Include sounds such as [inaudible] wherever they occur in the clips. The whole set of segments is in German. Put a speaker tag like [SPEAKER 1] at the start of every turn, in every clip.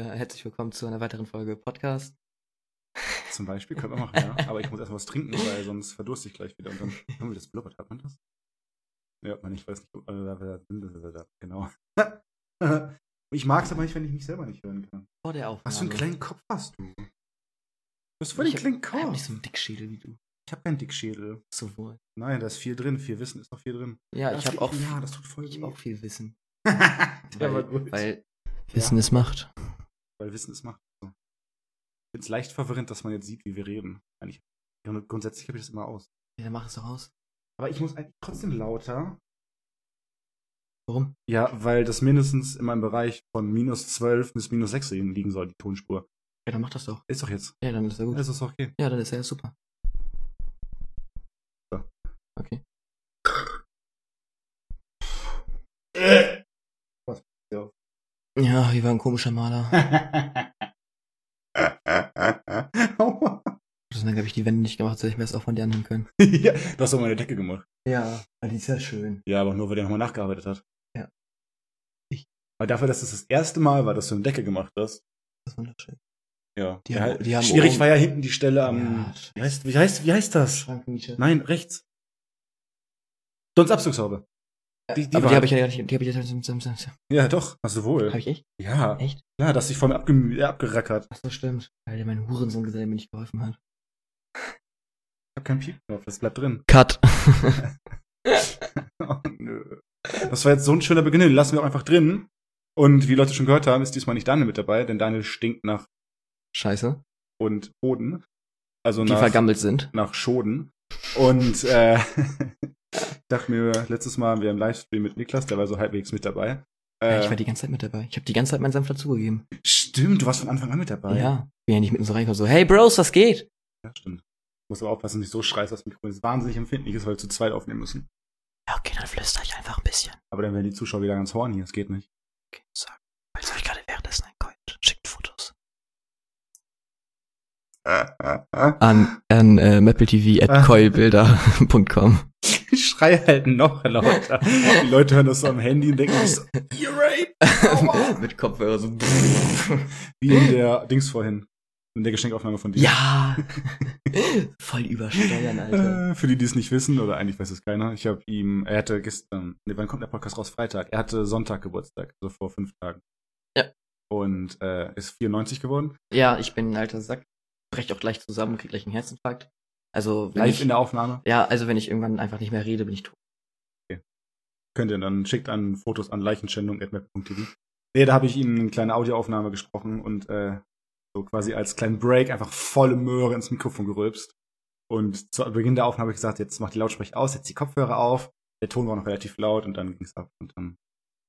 [SPEAKER 1] Äh, Herzlich willkommen zu einer weiteren Folge Podcast.
[SPEAKER 2] Zum Beispiel können wir machen, ja. Aber ich muss erstmal was trinken, weil sonst verdurste ich gleich wieder. Und dann haben wir das blubbert, hat man das? Ja, man, ich weiß äh, nicht. Genau. [laughs] Ich mag es aber nicht, wenn ich mich selber nicht hören kann. Also
[SPEAKER 1] Vor der Aufnahme.
[SPEAKER 2] Was für einen kleinen Kopf hast du? Du hast voll den
[SPEAKER 1] hab-
[SPEAKER 2] kleinen
[SPEAKER 1] Ich hab
[SPEAKER 2] Kopf.
[SPEAKER 1] nicht Halt so einen Dickschädel wie du.
[SPEAKER 2] Ich habe keinen Dickschädel.
[SPEAKER 1] Sowohl.
[SPEAKER 2] Nein, da ist viel drin. Viel Wissen ist noch viel drin.
[SPEAKER 1] Ja, ich
[SPEAKER 2] Das
[SPEAKER 1] habe
[SPEAKER 2] tut-
[SPEAKER 1] auch,
[SPEAKER 2] Ja, das tut voll
[SPEAKER 1] ich
[SPEAKER 2] weh.
[SPEAKER 1] hab
[SPEAKER 2] [laughs]
[SPEAKER 1] auch viel Wissen.
[SPEAKER 2] ja, war gut.
[SPEAKER 1] Weil, weil
[SPEAKER 2] Wissen
[SPEAKER 1] es macht.
[SPEAKER 2] Weil Wissen es macht. So. Ich finde es leicht verwirrend, dass man jetzt sieht, wie wir reden. Eigentlich, ja, und grundsätzlich habe ich das immer aus.
[SPEAKER 1] Ja, dann mach es doch aus.
[SPEAKER 2] Aber ich muss eigentlich trotzdem lauter.
[SPEAKER 1] Warum?
[SPEAKER 2] Ja, weil das mindestens in meinem Bereich von minus 12 bis minus 6 liegen soll, die Tonspur.
[SPEAKER 1] Ja, dann mach das doch.
[SPEAKER 2] Ist doch jetzt.
[SPEAKER 1] Ja, dann ist ja gut.
[SPEAKER 2] Das ist doch okay.
[SPEAKER 1] ja, dann ist ja super.
[SPEAKER 2] So.
[SPEAKER 1] Okay. Ja, wir waren ein komischer Maler.
[SPEAKER 2] Aua.
[SPEAKER 1] Deswegen habe ich die Wände nicht gemacht, so hätte ich mir das auch von dir annehmen können.
[SPEAKER 2] [laughs] ja, du hast doch meine Decke gemacht.
[SPEAKER 1] Ja, die ist ja schön.
[SPEAKER 2] Ja, aber nur, weil der nochmal nachgearbeitet hat.
[SPEAKER 1] Ja.
[SPEAKER 2] Ich. Aber dafür, dass es das erste Mal war, dass du eine Decke gemacht hast.
[SPEAKER 1] Das ist wunderschön.
[SPEAKER 2] Ja.
[SPEAKER 1] Die
[SPEAKER 2] ja,
[SPEAKER 1] haben- die haben
[SPEAKER 2] schwierig
[SPEAKER 1] Ohren.
[SPEAKER 2] war ja hinten die Stelle
[SPEAKER 1] Ja,
[SPEAKER 2] am.
[SPEAKER 1] scheiße.
[SPEAKER 2] wie, heißt, wie, heißt, wie heißt das?
[SPEAKER 1] Schranknische.
[SPEAKER 2] Nein, rechts. Dons Abzugshaube.
[SPEAKER 1] die,
[SPEAKER 2] die
[SPEAKER 1] aber die
[SPEAKER 2] waren-
[SPEAKER 1] habe ich ja gar nicht. Die habe ich ja.
[SPEAKER 2] Ja, doch. Hast du wohl.
[SPEAKER 1] Habe ich echt?
[SPEAKER 2] Ja.
[SPEAKER 1] Echt?
[SPEAKER 2] Ja, dass sich vor mir abgemü- äh, abgerackert.
[SPEAKER 1] Ach so, stimmt. Weil der mein Hurensohn gesagt hat, mir nicht geholfen hat.
[SPEAKER 2] Ich hab keinen Piepknopf, das bleibt drin. [laughs]
[SPEAKER 1] Cut.
[SPEAKER 2] Oh, nö. Das war jetzt so ein schöner Beginn, den lassen wir auch einfach drin. Und wie die Leute schon gehört haben, ist diesmal nicht Daniel mit dabei, denn Daniel stinkt nach
[SPEAKER 1] [laughs] Scheiße.
[SPEAKER 2] und Boden. Also
[SPEAKER 1] Die
[SPEAKER 2] nach,
[SPEAKER 1] vergammelt sind.
[SPEAKER 2] nach Schoden. Und äh, [laughs] ich dachte mir, letztes Mal haben wir im Livestream mit Niklas, der war so halbwegs mit dabei.
[SPEAKER 1] Ja,
[SPEAKER 2] Äh,
[SPEAKER 1] ich war die ganze Zeit mit dabei. Ich habe die ganze Zeit meinen Senf dazugegeben.
[SPEAKER 2] stimmt, du warst von Anfang an mit dabei.
[SPEAKER 1] Ja. Bin ja nicht mitten so reingekommen. So, hey Bros, was geht?
[SPEAKER 2] Ja, stimmt. Muss aber aufpassen, dass du nicht so schreist, dass das Mikro ist wahnsinnig empfindlich ist, weil wir zu zweit aufnehmen müssen.
[SPEAKER 1] Ja, okay, dann flüster ich einfach ein bisschen.
[SPEAKER 2] Aber dann werden die Zuschauer wieder ganz horny, das geht nicht. [laughs]
[SPEAKER 1] Okay, sag. Falls euch gerade währenddessen ein Colt schickt Fotos. An, an äh, mapletv
[SPEAKER 2] Ah.
[SPEAKER 1] at coilbilder.com.
[SPEAKER 2] Ich schrei halt noch lauter. [laughs] Die Leute hören das so am Handy und denken sich so, "You're right." Aua.
[SPEAKER 1] [laughs] Mit Kopfhörer so.
[SPEAKER 2] Wie in der Dings vorhin. In der Geschenkaufnahme von dir.
[SPEAKER 1] ja. [laughs] Voll übersteuern, Alter.
[SPEAKER 2] Äh, Für die, die es nicht wissen, oder eigentlich weiß es keiner, ich habe ihm, er hatte gestern, nee, wann kommt der Podcast raus? Freitag. Er hatte Sonntag Geburtstag, also vor fünf Tagen.
[SPEAKER 1] Ja.
[SPEAKER 2] Und äh, ist 94 geworden.
[SPEAKER 1] Ja, ich bin ein alter Sack. Brech auch gleich zusammen, krieg gleich einen Herzinfarkt. Also, wenn
[SPEAKER 2] Live
[SPEAKER 1] ich,
[SPEAKER 2] in der Aufnahme.
[SPEAKER 1] ja, also wenn ich irgendwann einfach nicht mehr rede, bin ich tot.
[SPEAKER 2] Könnt ihr dann, schickt an Fotos an leichenschändung.map.tv. Nee, da habe ich ihm eine kleine Audioaufnahme gesprochen und äh, so quasi als kleinen Break einfach volle Möhre ins Mikrofon gerülpst. Und zu Beginn der Aufnahme habe ich gesagt, jetzt macht die Lautsprecher aus, setzt die Kopfhörer auf. Der Ton war noch relativ laut und dann ging es ab. Und dann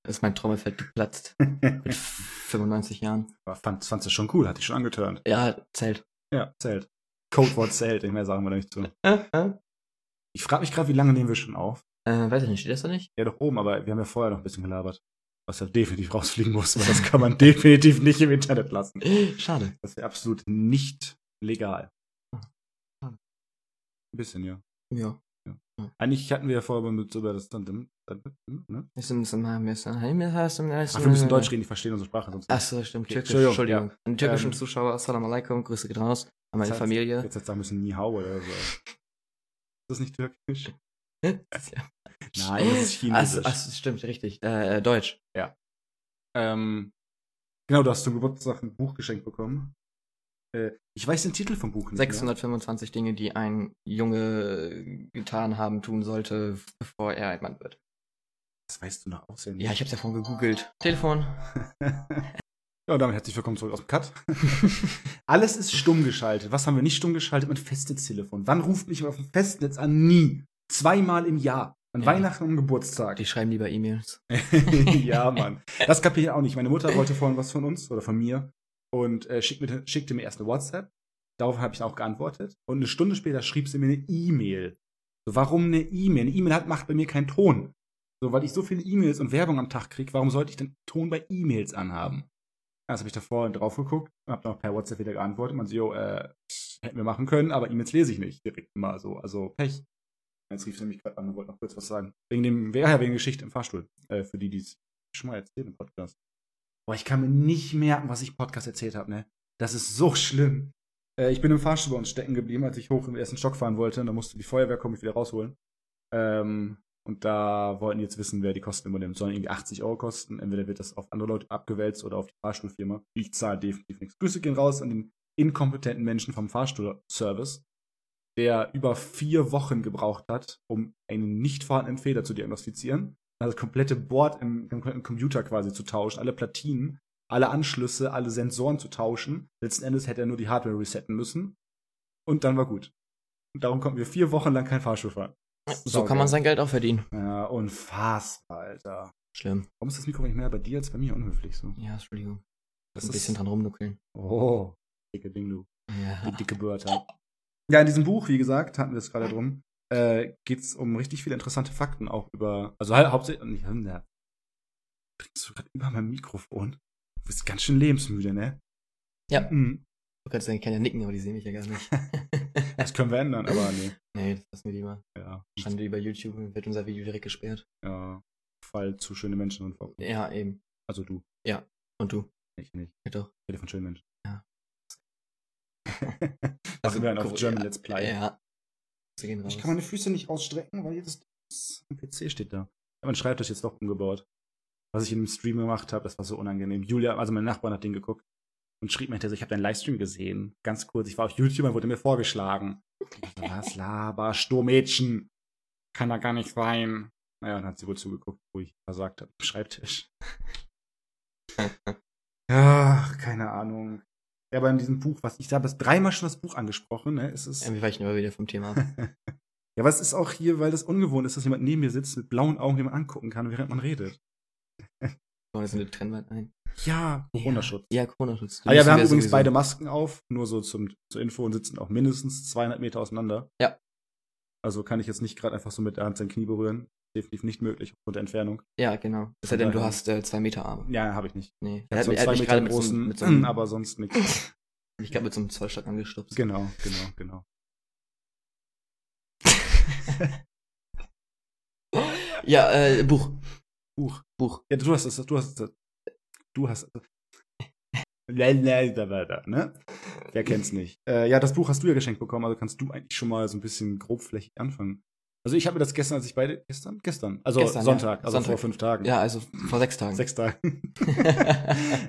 [SPEAKER 1] Ist mein Trommelfeld
[SPEAKER 2] [laughs]
[SPEAKER 1] geplatzt. Mit 95 Jahren.
[SPEAKER 2] Aber fand, fandst du schon cool, hat dich schon angeturnt.
[SPEAKER 1] Ja, zählt.
[SPEAKER 2] Ja, zählt. Codewort zählt, nicht mehr sagen wir da nicht zu.
[SPEAKER 1] Äh, äh,
[SPEAKER 2] Ich frage mich gerade, wie lange nehmen wir schon auf?
[SPEAKER 1] weiß ich nicht, steht das da nicht? [gasps]
[SPEAKER 2] Ja, doch oben, aber wir haben ja vorher noch ein bisschen gelabert. Was ja definitiv rausfliegen muss, weil das kann man [laughs] definitiv nicht im Internet lassen.
[SPEAKER 1] Schade.
[SPEAKER 2] Das wäre absolut nicht legal. Ein bisschen, ja.
[SPEAKER 1] Ja.
[SPEAKER 2] Eigentlich hatten wir ja vorher mit so über das dann, ne?
[SPEAKER 1] Ist im Sommer, wir sind heim, wir hast im äh,
[SPEAKER 2] Ach, wir müssen Deutsch reden, die verstehen unsere Sprache sonst. nicht.
[SPEAKER 1] Ach so, stimmt.
[SPEAKER 2] Okay,
[SPEAKER 1] Türkisch,
[SPEAKER 2] Entschuldigung,
[SPEAKER 1] Entschuldigung. An die türkischen
[SPEAKER 2] Ähm,
[SPEAKER 1] Zuschauer, Assalamu alaikum, Grüße geht raus. An meine
[SPEAKER 2] Jetzt hat's-
[SPEAKER 1] Familie.
[SPEAKER 2] Jetzt hätte ich sagen müssen Nihau oder so. Ist das
[SPEAKER 1] [laughs]
[SPEAKER 2] nicht türkisch? Nein, das ist
[SPEAKER 1] Ach,
[SPEAKER 2] chinesisch.
[SPEAKER 1] ach, stimmt, richtig. Äh, äh, Deutsch.
[SPEAKER 2] Ähm, genau, du hast zum Geburtstag ein Buch geschenkt bekommen. Äh, ich weiß den Titel vom Buch nicht.
[SPEAKER 1] 625 Dinge, die ein Junge äh, getan haben, tun sollte, bevor er ein Mann wird.
[SPEAKER 2] Mehr. Das weißt du noch auswendig.
[SPEAKER 1] Ja, ich hab's ja vorhin gegoogelt. Telefon.
[SPEAKER 2] Ja, und damit herzlich willkommen zurück aus
[SPEAKER 1] [laughs]
[SPEAKER 2] dem Cut. Alles ist stumm geschaltet. Was haben wir nicht stumm geschaltet? Mein Festnetztelefon. Wann ruft mich auf dem Festnetz an? Nie. Zweimal im Jahr. An
[SPEAKER 1] Ja.
[SPEAKER 2] Weihnachten und am Geburtstag.
[SPEAKER 1] Die schreiben lieber E-Mails.
[SPEAKER 2] [laughs] ja, Mann. Das kapiere ich auch nicht. Meine Mutter wollte vorhin was von uns oder von mir und äh, schick mir, schickte mir erst eine WhatsApp. Darauf habe ich dann auch geantwortet. Und eine Stunde später schrieb sie mir eine E-Mail. So, warum eine E-Mail? Eine E-Mail hat, macht bei mir keinen Ton. So, weil ich so viele E-Mails und Werbung am Tag kriege, warum sollte ich denn Ton bei E-Mails anhaben? Das habe ich davor drauf geguckt und habe dann auch per WhatsApp wieder geantwortet. Man so, jo, äh, hätten wir machen können, aber E-Mails lese ich nicht direkt mal so. Also Pech. Jetzt rief sie mich gerade an und wollte noch kurz was sagen. Wegen dem, ja, wegen Geschichte im Fahrstuhl. Äh, für die, die es schon mal erzählt im Podcast. Boah, ich kann mir nicht merken, was ich Podcast erzählt habe, ne? Das ist so schlimm. Äh, ich bin im Fahrstuhl bei uns stecken geblieben, als ich hoch im ersten Stock fahren wollte. Und da musste die Feuerwehr kommen, mich wieder rausholen. Ähm, und da wollten die jetzt wissen, wer die Kosten übernimmt. Sollen irgendwie 80 Euro kosten. Entweder wird das auf andere Leute abgewälzt oder auf die Fahrstuhlfirma. Ich zahle definitiv nichts. Grüße gehen raus an den inkompetenten Menschen vom Fahrstuhlservice, der über vier Wochen gebraucht hat, um einen nicht vorhandenen Fehler zu diagnostizieren. Also das komplette Board im, im, im Computer quasi zu tauschen, alle Platinen, alle Anschlüsse, alle Sensoren zu tauschen. Letzten Endes hätte er nur die Hardware resetten müssen. Und dann war gut. Und darum konnten wir vier Wochen lang kein Fahrstuhl fahren.
[SPEAKER 1] So kann man sein Geld auch verdienen.
[SPEAKER 2] Ja, Äh, unfassbar, Alter.
[SPEAKER 1] Schlimm.
[SPEAKER 2] Warum ist das Mikro nicht mehr bei dir als bei mir unhöflich so?
[SPEAKER 1] Ja, Entschuldigung.
[SPEAKER 2] Das
[SPEAKER 1] ein
[SPEAKER 2] ist-
[SPEAKER 1] bisschen dran rumnuckeln.
[SPEAKER 2] Oh, dicke Ding, du. Die
[SPEAKER 1] Ja.
[SPEAKER 2] dicke Börter. Ja, in diesem Buch, wie gesagt, hatten wir es gerade drum, äh, geht's um richtig viele interessante Fakten auch über. Also halt hauptsächlich. Ja, bringst du gerade über mein Mikrofon? Du bist ganz schön lebensmüde, ne?
[SPEAKER 1] Ja.
[SPEAKER 2] Mhm.
[SPEAKER 1] Du kannst ja, ich kann ja nicken, aber die sehen mich ja gar nicht.
[SPEAKER 2] [laughs] Das können wir ändern, aber nee.
[SPEAKER 1] [laughs] nee, das lassen wir lieber.
[SPEAKER 2] Ja.
[SPEAKER 1] Schande über YouTube wird unser Video direkt gesperrt.
[SPEAKER 2] ja. Fall zu schöne Menschen und vor.
[SPEAKER 1] Ja, eben.
[SPEAKER 2] Also du,
[SPEAKER 1] Und du?
[SPEAKER 2] ich nicht.
[SPEAKER 1] Ja, doch.
[SPEAKER 2] Ich rede von schönen Menschen.
[SPEAKER 1] Ja.
[SPEAKER 2] [laughs] Also wir werden auf
[SPEAKER 1] cool,
[SPEAKER 2] German
[SPEAKER 1] ja.
[SPEAKER 2] Let's Play.
[SPEAKER 1] Ja. Sie gehen raus.
[SPEAKER 2] Ich kann meine Füße nicht ausstrecken, weil jedes am PC steht da. Ich habe schreibt das jetzt doch umgebaut. Was ich im Stream gemacht habe, das war so unangenehm. Julia, also mein Nachbar hat den geguckt und schrieb mir hinterher, so, ich habe deinen Livestream gesehen. Ganz kurz, ich war auf YouTube und wurde mir vorgeschlagen. Ich so, Was laber, Sturmädchen. Kann da gar nicht sein. Naja, dann hat sie wohl zugeguckt, wo ich versagt habe. Am Schreibtisch.
[SPEAKER 1] [laughs]
[SPEAKER 2] Ach, keine Ahnung. Ja, aber in diesem Buch, was ich habe, das dreimal schon das Buch angesprochen, ne? Es ist.
[SPEAKER 1] Ja, wir weichen immer wieder vom
[SPEAKER 2] [laughs]
[SPEAKER 1] Thema ab.
[SPEAKER 2] Ja, aber es ist auch hier, weil das ungewohnt ist, dass jemand neben mir sitzt mit blauen Augen, den man angucken kann, während man redet.
[SPEAKER 1] Wollen wir jetzt in die Trennwand ein?
[SPEAKER 2] Ja, Corona-Schutz.
[SPEAKER 1] Ja, Corona-Schutz.
[SPEAKER 2] Ah ja, wir haben
[SPEAKER 1] Müssen
[SPEAKER 2] übrigens
[SPEAKER 1] sowieso.
[SPEAKER 2] beide Masken auf, nur so zum, zur Info und sitzen auch mindestens 200 Meter auseinander.
[SPEAKER 1] Ja.
[SPEAKER 2] Also kann ich jetzt nicht gerade einfach so mit der Hand sein Knie berühren. Definitiv nicht möglich aufgrund der Entfernung.
[SPEAKER 1] Ja, genau. Es sei denn, du hast äh, zwei Meter Arme.
[SPEAKER 2] Ja, habe ich nicht.
[SPEAKER 1] Nee.
[SPEAKER 2] Ich hab so einen zwei Meter
[SPEAKER 1] gerade mit so einem-
[SPEAKER 2] großen,
[SPEAKER 1] mit so einem- [laughs]
[SPEAKER 2] [clears throat] aber sonst nichts.
[SPEAKER 1] mich gerade mit so einem Zollstock angestupst.
[SPEAKER 2] Genau, genau, genau.
[SPEAKER 1] ja, äh, Buch.
[SPEAKER 2] Buch.
[SPEAKER 1] Buch.
[SPEAKER 2] Ja, du hast das, du hast das. Du hast das. ne? Wer kennt's nicht? Äh, ja, das Buch hast du ja geschenkt bekommen, also kannst du eigentlich schon mal so ein bisschen grobflächig anfangen. Also ich habe mir das gestern, als ich beide gestern, gestern, also
[SPEAKER 1] Gestern, ja.
[SPEAKER 2] Sonntag, also
[SPEAKER 1] Sonntag.
[SPEAKER 2] vor fünf Tagen,
[SPEAKER 1] Ja, also vor sechs Tagen.
[SPEAKER 2] sechs Tagen,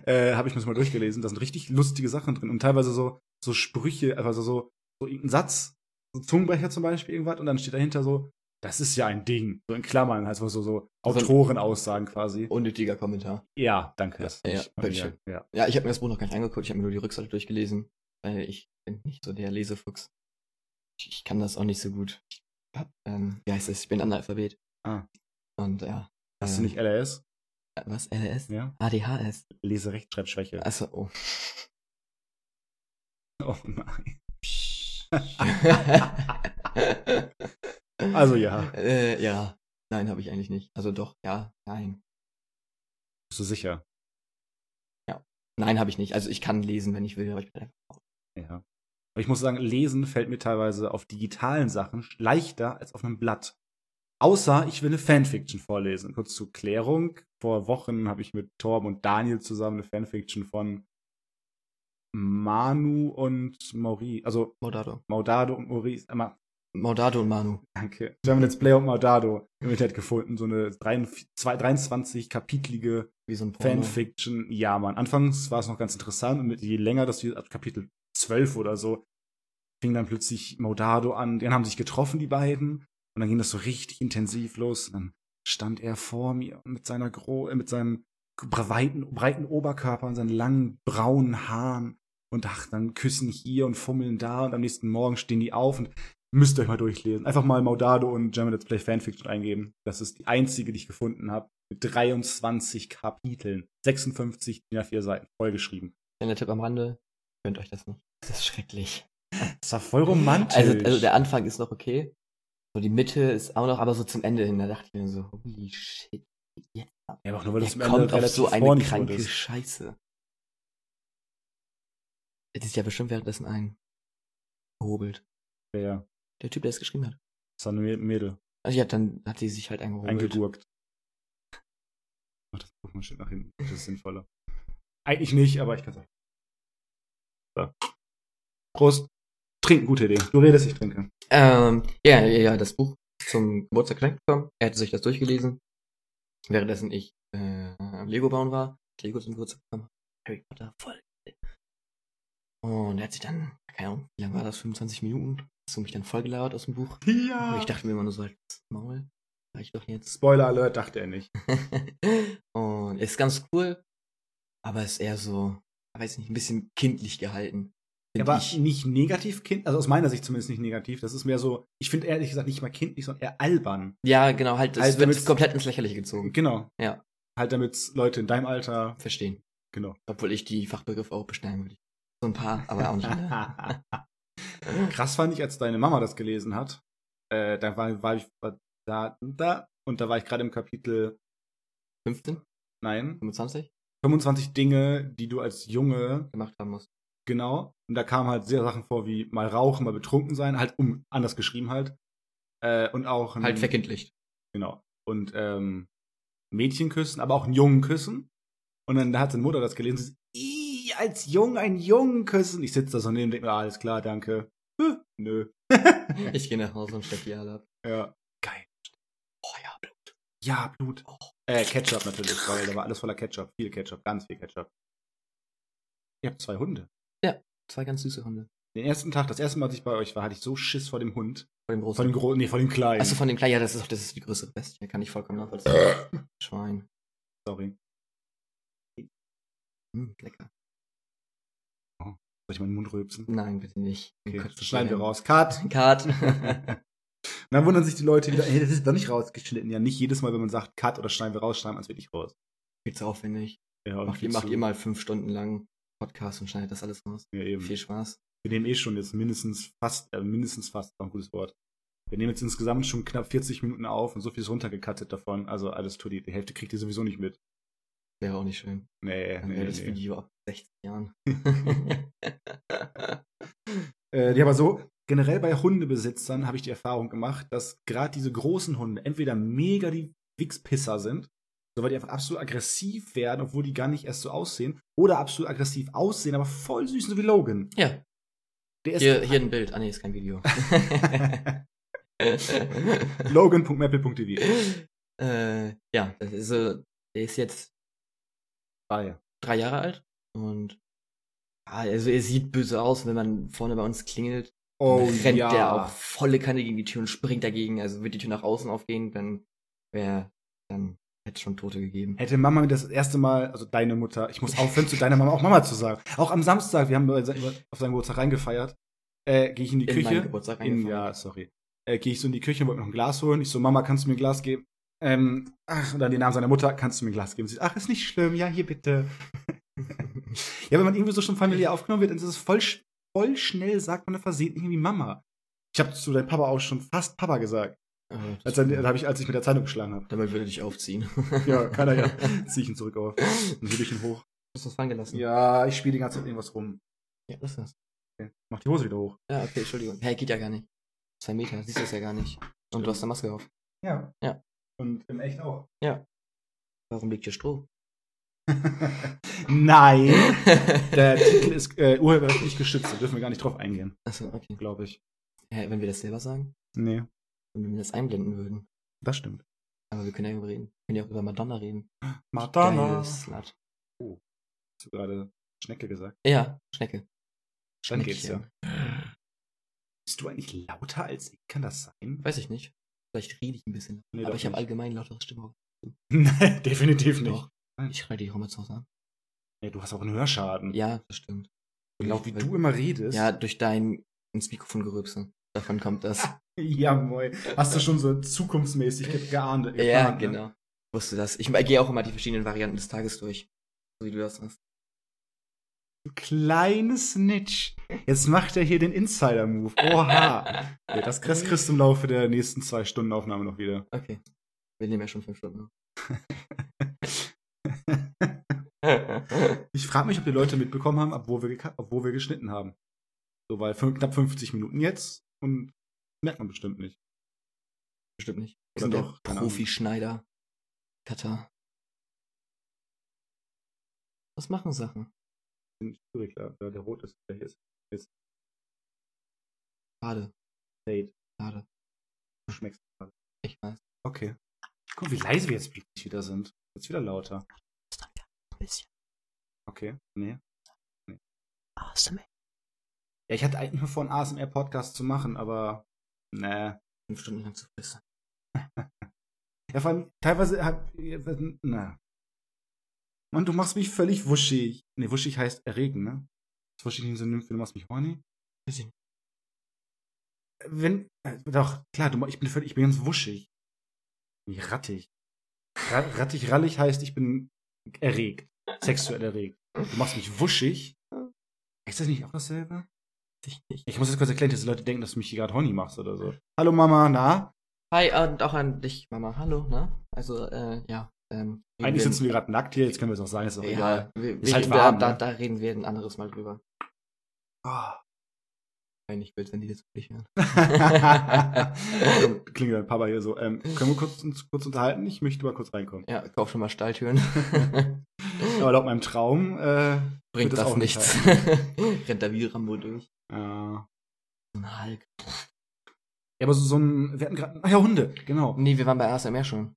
[SPEAKER 2] äh, habe ich mir das mal durchgelesen. Da sind richtig lustige Sachen drin und teilweise so so Sprüche, also so so irgendein Satz, so Zungenbrecher zum Beispiel irgendwas und dann steht dahinter so, das ist ja ein Ding, so in Klammern, also so so
[SPEAKER 1] So ein-
[SPEAKER 2] Autorenaussagen quasi.
[SPEAKER 1] [laughs] Unnötiger Kommentar.
[SPEAKER 2] Ja, danke.
[SPEAKER 1] Ja,
[SPEAKER 2] ist
[SPEAKER 1] ja,
[SPEAKER 2] bei
[SPEAKER 1] bitteschön.
[SPEAKER 2] mir. Ja.
[SPEAKER 1] Ja, ich habe mir das Buch noch gar nicht angeguckt. Ich habe mir nur die Rückseite durchgelesen, weil ich bin nicht so der Lesefuchs. Ich, ich kann das auch nicht so gut. Ich hab, ähm, wie heißt das? Ich bin Analphabet.
[SPEAKER 2] Ah.
[SPEAKER 1] Und ja.
[SPEAKER 2] Hast du
[SPEAKER 1] ähm,
[SPEAKER 2] nicht LRS?
[SPEAKER 1] äh, Was? LS?
[SPEAKER 2] Ja.
[SPEAKER 1] ADHS?
[SPEAKER 2] Leserechtschreibschwäche.
[SPEAKER 1] Achso, oh.
[SPEAKER 2] [laughs] Oh nein. [laughs] Also ja.
[SPEAKER 1] Äh, ja. Nein, habe ich eigentlich nicht. Also doch, ja, nein.
[SPEAKER 2] Bist du sicher?
[SPEAKER 1] Nein, habe ich nicht. Also ich kann lesen, wenn ich will, aber ich bin einfach faul.
[SPEAKER 2] Ja. Aber ich muss sagen, lesen fällt mir teilweise auf digitalen Sachen leichter als auf einem Blatt. Außer ich will eine Fanfiction vorlesen. Kurz zur Klärung. Vor Wochen habe ich mit Torben und Daniel zusammen eine Fanfiction von Manu und Maurice, also
[SPEAKER 1] Maudado.
[SPEAKER 2] Maudado und Maurice, einmal
[SPEAKER 1] Maudado und Manu.
[SPEAKER 2] Danke. German Let's Player und Maudado im Internet gefunden. So eine 23-kapitelige
[SPEAKER 1] Wie so ein Porno.
[SPEAKER 2] Fanfiction. Ja, Mann. Anfangs war es noch ganz interessant und mit, je länger das hier, ab Kapitel 12 oder so, fing dann plötzlich Maudado an. Dann haben sich getroffen, die beiden. Und dann ging das so richtig intensiv los. Und dann stand er vor mir und mit seiner gro äh, mit seinem breiten, breiten Oberkörper und seinen langen braunen Haaren. Und ach, dann küssen hier und fummeln da und am nächsten Morgen stehen die auf und müsst ihr euch mal durchlesen. Einfach mal Maudado und German Let's Play Fanfiction eingeben. Das ist die einzige, die ich gefunden habe. Mit 23 Kapiteln. 56 DIN A4 Seiten. Vollgeschrieben.
[SPEAKER 1] Kleiner Tipp am Rande. Könnt euch das nicht. Das ist schrecklich.
[SPEAKER 2] Das war voll romantisch.
[SPEAKER 1] Also, also der Anfang ist noch okay. So die Mitte ist auch noch, aber so zum Ende hin, da dachte ich mir so, holy shit.
[SPEAKER 2] ja, aber auch nur, weil
[SPEAKER 1] Der
[SPEAKER 2] das am Ende
[SPEAKER 1] kommt auf
[SPEAKER 2] relativ
[SPEAKER 1] so eine
[SPEAKER 2] hornig
[SPEAKER 1] kranke
[SPEAKER 2] wurdest.
[SPEAKER 1] Scheiße. Es ist ja bestimmt währenddessen ein gehobelt.
[SPEAKER 2] Ja, ja.
[SPEAKER 1] Der Typ, der es geschrieben hat.
[SPEAKER 2] Das war ein Mäd- Mädel.
[SPEAKER 1] Also ja, dann hat die
[SPEAKER 2] Oh,
[SPEAKER 1] sich halt eingehobelt.
[SPEAKER 2] Eingegurkt. Mach das Buch mal schön nach hinten. Das ist sinnvoller. Eigentlich nicht, aber ich kann sagen. So. Prost. Trinken, gute Idee. Du redest, ich trinke.
[SPEAKER 1] Ähm, ja, ja, ja, das Buch zum Geburtstag geschenkt bekommen. Er hatte sich das durchgelesen. Währenddessen ich äh, am Lego bauen war. Lego zum Geburtstag bekommen. Harry Potter voll. Und er hat sich dann, keine Ahnung, wie lange war das? 25 Minuten? Hast du mich dann vollgelabert aus dem Buch?
[SPEAKER 2] Ja.
[SPEAKER 1] Und ich dachte mir immer nur so, halt, das Maul. War ich doch jetzt. [laughs]
[SPEAKER 2] Spoiler Alert dachte er nicht.
[SPEAKER 1] Und ist ganz cool, aber ist eher so, weiß nicht, ein bisschen kindlich gehalten.
[SPEAKER 2] Er
[SPEAKER 1] find
[SPEAKER 2] war
[SPEAKER 1] ich.
[SPEAKER 2] nicht negativ kind, also aus meiner Sicht zumindest nicht negativ. Das ist mehr so, ich finde ehrlich gesagt nicht mal kindlich, sondern eher albern.
[SPEAKER 1] Ja, genau, halt, es
[SPEAKER 2] Also
[SPEAKER 1] wird
[SPEAKER 2] damit's-
[SPEAKER 1] komplett ins Lächerliche gezogen.
[SPEAKER 2] Genau.
[SPEAKER 1] Ja.
[SPEAKER 2] Halt damit Leute in deinem Alter,
[SPEAKER 1] Verstehen. [laughs]
[SPEAKER 2] genau.
[SPEAKER 1] Obwohl ich die Fachbegriffe auch bestellen würde. So ein paar, aber auch nicht
[SPEAKER 2] [laughs]
[SPEAKER 1] alle.
[SPEAKER 2] Krass fand ich, als deine Mama das gelesen hat. Äh, da war, war ich war da, da und da war ich gerade im Kapitel,
[SPEAKER 1] 15,
[SPEAKER 2] nein,
[SPEAKER 1] 25
[SPEAKER 2] 25 Dinge, die du als Junge
[SPEAKER 1] gemacht haben muss.
[SPEAKER 2] Genau. Und da kamen halt sehr Sachen vor, wie mal rauchen, mal betrunken sein, halt um anders geschrieben halt. Äh, und auch ein-
[SPEAKER 1] Halt
[SPEAKER 2] [laughs]
[SPEAKER 1] verkindlicht.
[SPEAKER 2] Genau. Und ähm, Mädchen küssen, aber auch einen Jungen küssen. Und dann hat seine Mutter das gelesen. sie so, "Ih, als Jung einen Jungen küssen. Ich sitze da so neben und denke mir, ah, alles klar, danke. Huh, nö.
[SPEAKER 1] Ich gehe nach Hause und steck die alle ab.
[SPEAKER 2] Ja.
[SPEAKER 1] Geil. Oh ja, Blut.
[SPEAKER 2] Ja, Blut. Äh, Ketchup natürlich, weil da war alles voller Ketchup. Viel Ketchup, ganz viel Ketchup. Ihr habt zwei Hunde.
[SPEAKER 1] Zwei ganz süße Hunde.
[SPEAKER 2] Den ersten Tag, das erste Mal, als ich bei euch war, hatte ich so Schiss vor dem Hund.
[SPEAKER 1] Vor dem
[SPEAKER 2] Vor
[SPEAKER 1] großen.
[SPEAKER 2] dem großen, nee, vor dem kleinen.
[SPEAKER 1] Achso, von dem kleinen. Ja, das ist auch, das ist die größere Bestie. Kann ich vollkommen
[SPEAKER 2] [laughs]
[SPEAKER 1] nachvollziehen. Schwein.
[SPEAKER 2] Sorry.
[SPEAKER 1] Hm, lecker.
[SPEAKER 2] Soll ich meinen Mund rülpsen?
[SPEAKER 1] Nein, bitte nicht. Um
[SPEAKER 2] Okay,
[SPEAKER 1] Gottes
[SPEAKER 2] das schneiden wir
[SPEAKER 1] Willen.
[SPEAKER 2] raus. Cut!
[SPEAKER 1] Cut.
[SPEAKER 2] [laughs] Dann wundern sich die Leute wieder, hey, das ist doch nicht rausgeschnitten. Ja, nicht jedes Mal, wenn man sagt Cut oder schneiden wir raus, schneiden wir es wirklich raus.
[SPEAKER 1] viel zu aufwendig.
[SPEAKER 2] Ja, und
[SPEAKER 1] Macht
[SPEAKER 2] viel
[SPEAKER 1] ihr, macht
[SPEAKER 2] zu-
[SPEAKER 1] ihr mal fünf Stunden lang Podcast und schneidet das alles raus.
[SPEAKER 2] Ja, eben.
[SPEAKER 1] Viel Spaß.
[SPEAKER 2] Wir nehmen eh schon jetzt mindestens fast, äh, mindestens fast, war ein gutes Wort. Wir nehmen jetzt insgesamt schon knapp 40 Minuten auf und so viel ist runtergekattet davon. Also alles tut die, die Hälfte kriegt ihr sowieso nicht mit.
[SPEAKER 1] Wäre auch nicht schön.
[SPEAKER 2] Nee,
[SPEAKER 1] Dann
[SPEAKER 2] nee,
[SPEAKER 1] wäre das
[SPEAKER 2] nee.
[SPEAKER 1] Video ab 60 Jahren.
[SPEAKER 2] Äh, ja, aber so generell bei Hundebesitzern habe ich die Erfahrung gemacht, dass gerade diese großen Hunde entweder mega die Wichspisser sind, so weil die einfach absolut aggressiv werden, obwohl die gar nicht erst so aussehen, oder absolut aggressiv aussehen, aber voll süß, so wie Logan.
[SPEAKER 1] [laughs] ja,
[SPEAKER 2] Der ist
[SPEAKER 1] hier, hier
[SPEAKER 2] [laughs]
[SPEAKER 1] ein Bild. Ah, nee, ist kein Video. [laughs]
[SPEAKER 2] Logan.maple.tv.
[SPEAKER 1] äh, ja, das ist, äh, der ist jetzt
[SPEAKER 2] Drei.
[SPEAKER 1] drei Jahre alt und ah, also er sieht böse aus, wenn man vorne bei uns klingelt.
[SPEAKER 2] Oh,
[SPEAKER 1] rennt der auch volle Kanne gegen die Tür und springt dagegen. Also wird die Tür nach außen aufgehen, dann wäre, dann hätte schon Tote gegeben.
[SPEAKER 2] Hätte Mama mir das erste Mal, also deine Mutter, ich muss aufhören, zu deiner Mama auch Mama zu sagen. Auch am Samstag, wir haben bei se- auf seinen Geburtstag reingefeiert, äh, gehe ich in die
[SPEAKER 1] In
[SPEAKER 2] Küche.
[SPEAKER 1] meinen Geburtstag
[SPEAKER 2] In,
[SPEAKER 1] reingefallen.
[SPEAKER 2] ja, sorry. Äh, gehe ich so in die Küche und wollte mir noch ein Glas holen. Ich so, Mama, kannst du mir ein Glas geben? Ähm, ach, und dann den Namen seiner Mutter, kannst du mir ein Glas geben? Sie, ach, ist nicht schlimm, ja, hier bitte. [laughs] ja, wenn man irgendwie so schon familiär aufgenommen wird, dann ist es voll, sch- voll schnell, sagt man versehentlich irgendwie Mama. Ich habe zu deinem Papa auch schon fast Papa gesagt,
[SPEAKER 1] Äh,
[SPEAKER 2] als, er, hab ich, als ich mit der Zeitung geschlagen habe.
[SPEAKER 1] damit würde ich aufziehen.
[SPEAKER 2] [laughs] Ja, kann er ja. Zieh ich ihn zurück auf. Dann hebe ich ihn
[SPEAKER 1] [laughs]
[SPEAKER 2] hoch.
[SPEAKER 1] Hast du es fallen gelassen?
[SPEAKER 2] Ja, ich spiele die ganze Zeit irgendwas rum.
[SPEAKER 1] ja, das ist das.
[SPEAKER 2] Okay. Mach die Hose wieder hoch.
[SPEAKER 1] Ja, okay, Entschuldigung. Hey, geht ja gar nicht. Zwei Meter, siehst du das ja gar nicht. Und du hast eine Maske auf.
[SPEAKER 2] Ja.
[SPEAKER 1] Ja.
[SPEAKER 2] Und im Echt [laughs] auch.
[SPEAKER 1] Warum liegt hier Stroh?
[SPEAKER 2] Nein. [laughs] Der Titel ist äh, urheberrechtlich geschützt. Da dürfen wir gar nicht drauf eingehen,
[SPEAKER 1] Achso, okay.
[SPEAKER 2] glaube ich.
[SPEAKER 1] Hä, wenn wir das selber sagen,
[SPEAKER 2] Nee,
[SPEAKER 1] wenn wir das einblenden würden.
[SPEAKER 2] das stimmt.
[SPEAKER 1] Aber wir können ja darüber reden. Wir können ja auch über Madonna reden.
[SPEAKER 2] Madonna.
[SPEAKER 1] Geiles
[SPEAKER 2] Hast
[SPEAKER 1] Slut.
[SPEAKER 2] du gerade Schnecke gesagt?
[SPEAKER 1] Ja, Schnecke.
[SPEAKER 2] Dann geht's
[SPEAKER 1] Schneckchen.
[SPEAKER 2] Bist du eigentlich lauter als ich? Kann das sein? [laughs]
[SPEAKER 1] Weiß ich nicht. Vielleicht rede ich ein bisschen.
[SPEAKER 2] Nee,
[SPEAKER 1] aber
[SPEAKER 2] doch
[SPEAKER 1] ich habe
[SPEAKER 2] nicht.
[SPEAKER 1] allgemein lautere Stimme.
[SPEAKER 2] Nein, definitiv nicht.
[SPEAKER 1] Doch. Ich schreie die auch mal zu Hause an.
[SPEAKER 2] Nee, du hast auch einen Hörschaden.
[SPEAKER 1] Ja, das stimmt.
[SPEAKER 2] Ich glaub, wie
[SPEAKER 1] Weil-
[SPEAKER 2] du immer redest.
[SPEAKER 1] Ja, durch dein ins Mikrofon gerübse. Davon kommt das.
[SPEAKER 2] Ja, moin. Hast du schon so zukunftsmäßig ge geahnt?
[SPEAKER 1] ja,
[SPEAKER 2] geplant, ne?
[SPEAKER 1] genau. Wusste das. Ich gehe auch immer die verschiedenen Varianten des Tages durch. So wie du das hast.
[SPEAKER 2] Du kleines Snitch. Jetzt macht er hier den Insider-Move.
[SPEAKER 1] Ah,
[SPEAKER 2] Oha. ja, das das kriegst du im Laufe der nächsten zwei Stunden Aufnahme noch wieder.
[SPEAKER 1] Okay. Wir nehmen ja schon fünf [laughs] Stunden. ne? auf.
[SPEAKER 2] Ich frage mich, ob die Leute mitbekommen haben, obwohl wir, geka- obwohl wir geschnitten haben. So, weil fün- knapp 50 Minuten jetzt und merkt man bestimmt nicht.
[SPEAKER 1] Bestimmt nicht. Wir
[SPEAKER 2] Oder
[SPEAKER 1] sind der
[SPEAKER 2] doch, keine Ahnung.
[SPEAKER 1] Profi-Schneider. Cutter. Was machen Sachen?
[SPEAKER 2] Den Schwierigler, der, der rot ist, der hier ist.
[SPEAKER 1] Schade,
[SPEAKER 2] Nate,
[SPEAKER 1] schade.
[SPEAKER 2] du schmeckst gerade.
[SPEAKER 1] Ich weiß.
[SPEAKER 2] Okay. Guck, wie leise wir jetzt plötzlich wieder sind. Jetzt wieder lauter.
[SPEAKER 1] Ein bisschen
[SPEAKER 2] Okay, nee.
[SPEAKER 1] ASMR.
[SPEAKER 2] Ja, ich hatte eigentlich nur vor, einen ASMR-Podcast zu machen, aber nee.
[SPEAKER 1] Fünf Stunden lang zu fressen.
[SPEAKER 2] Ja, vor allem, teilweise hab, na. Mann, du machst mich völlig wuschig. Nee, wuschig heißt erregen, ne? Ist wuschig nicht so ein Synonym für du machst mich horny?
[SPEAKER 1] Weiß ich nicht.
[SPEAKER 2] wenn, äh, doch, klar, du, ich bin völlig, ich bin ganz wuschig. Wie rattig. Ra rattig, rallig heißt, ich bin erregt. Sexuell erregt. Du machst mich wuschig. Ist das nicht auch dasselbe?
[SPEAKER 1] Dich nicht.
[SPEAKER 2] Ich muss das kurz erklären, dass die Leute denken, dass du mich hier gerade Honey machst oder so. Hallo Mama, na?
[SPEAKER 1] Hi, und auch an dich, Mama. Hallo, ne? Also, äh, ja. Ähm, wir
[SPEAKER 2] Eigentlich
[SPEAKER 1] werden-
[SPEAKER 2] sitzen wir gerade nackt hier, jetzt können wir es auch sagen, ist auch egal.
[SPEAKER 1] Ja, wir,
[SPEAKER 2] Ist
[SPEAKER 1] wir,
[SPEAKER 2] halt
[SPEAKER 1] da,
[SPEAKER 2] warm,
[SPEAKER 1] da,
[SPEAKER 2] ne?
[SPEAKER 1] da reden wir ein anderes Mal drüber.
[SPEAKER 2] Oh.
[SPEAKER 1] Eigentlich wild, wenn die das wirklich hören.
[SPEAKER 2] [laughs] Komm, Klingelt dein Papa hier so. Ähm, können wir kurz, uns kurz unterhalten? Ich möchte mal kurz reinkommen.
[SPEAKER 1] Ja, kauf schon mal
[SPEAKER 2] [laughs]
[SPEAKER 1] Stalltüren.
[SPEAKER 2] Aber laut meinem Traum, äh,
[SPEAKER 1] Bringt
[SPEAKER 2] das
[SPEAKER 1] das
[SPEAKER 2] auch nicht
[SPEAKER 1] nichts. [laughs] Rennt da wie Rambo durch.
[SPEAKER 2] äh
[SPEAKER 1] So ein Hulk.
[SPEAKER 2] Ja, aber so, so ein, wir hatten gerade, ach ja, Hunde, genau.
[SPEAKER 1] Nee, wir waren bei ASMR schon.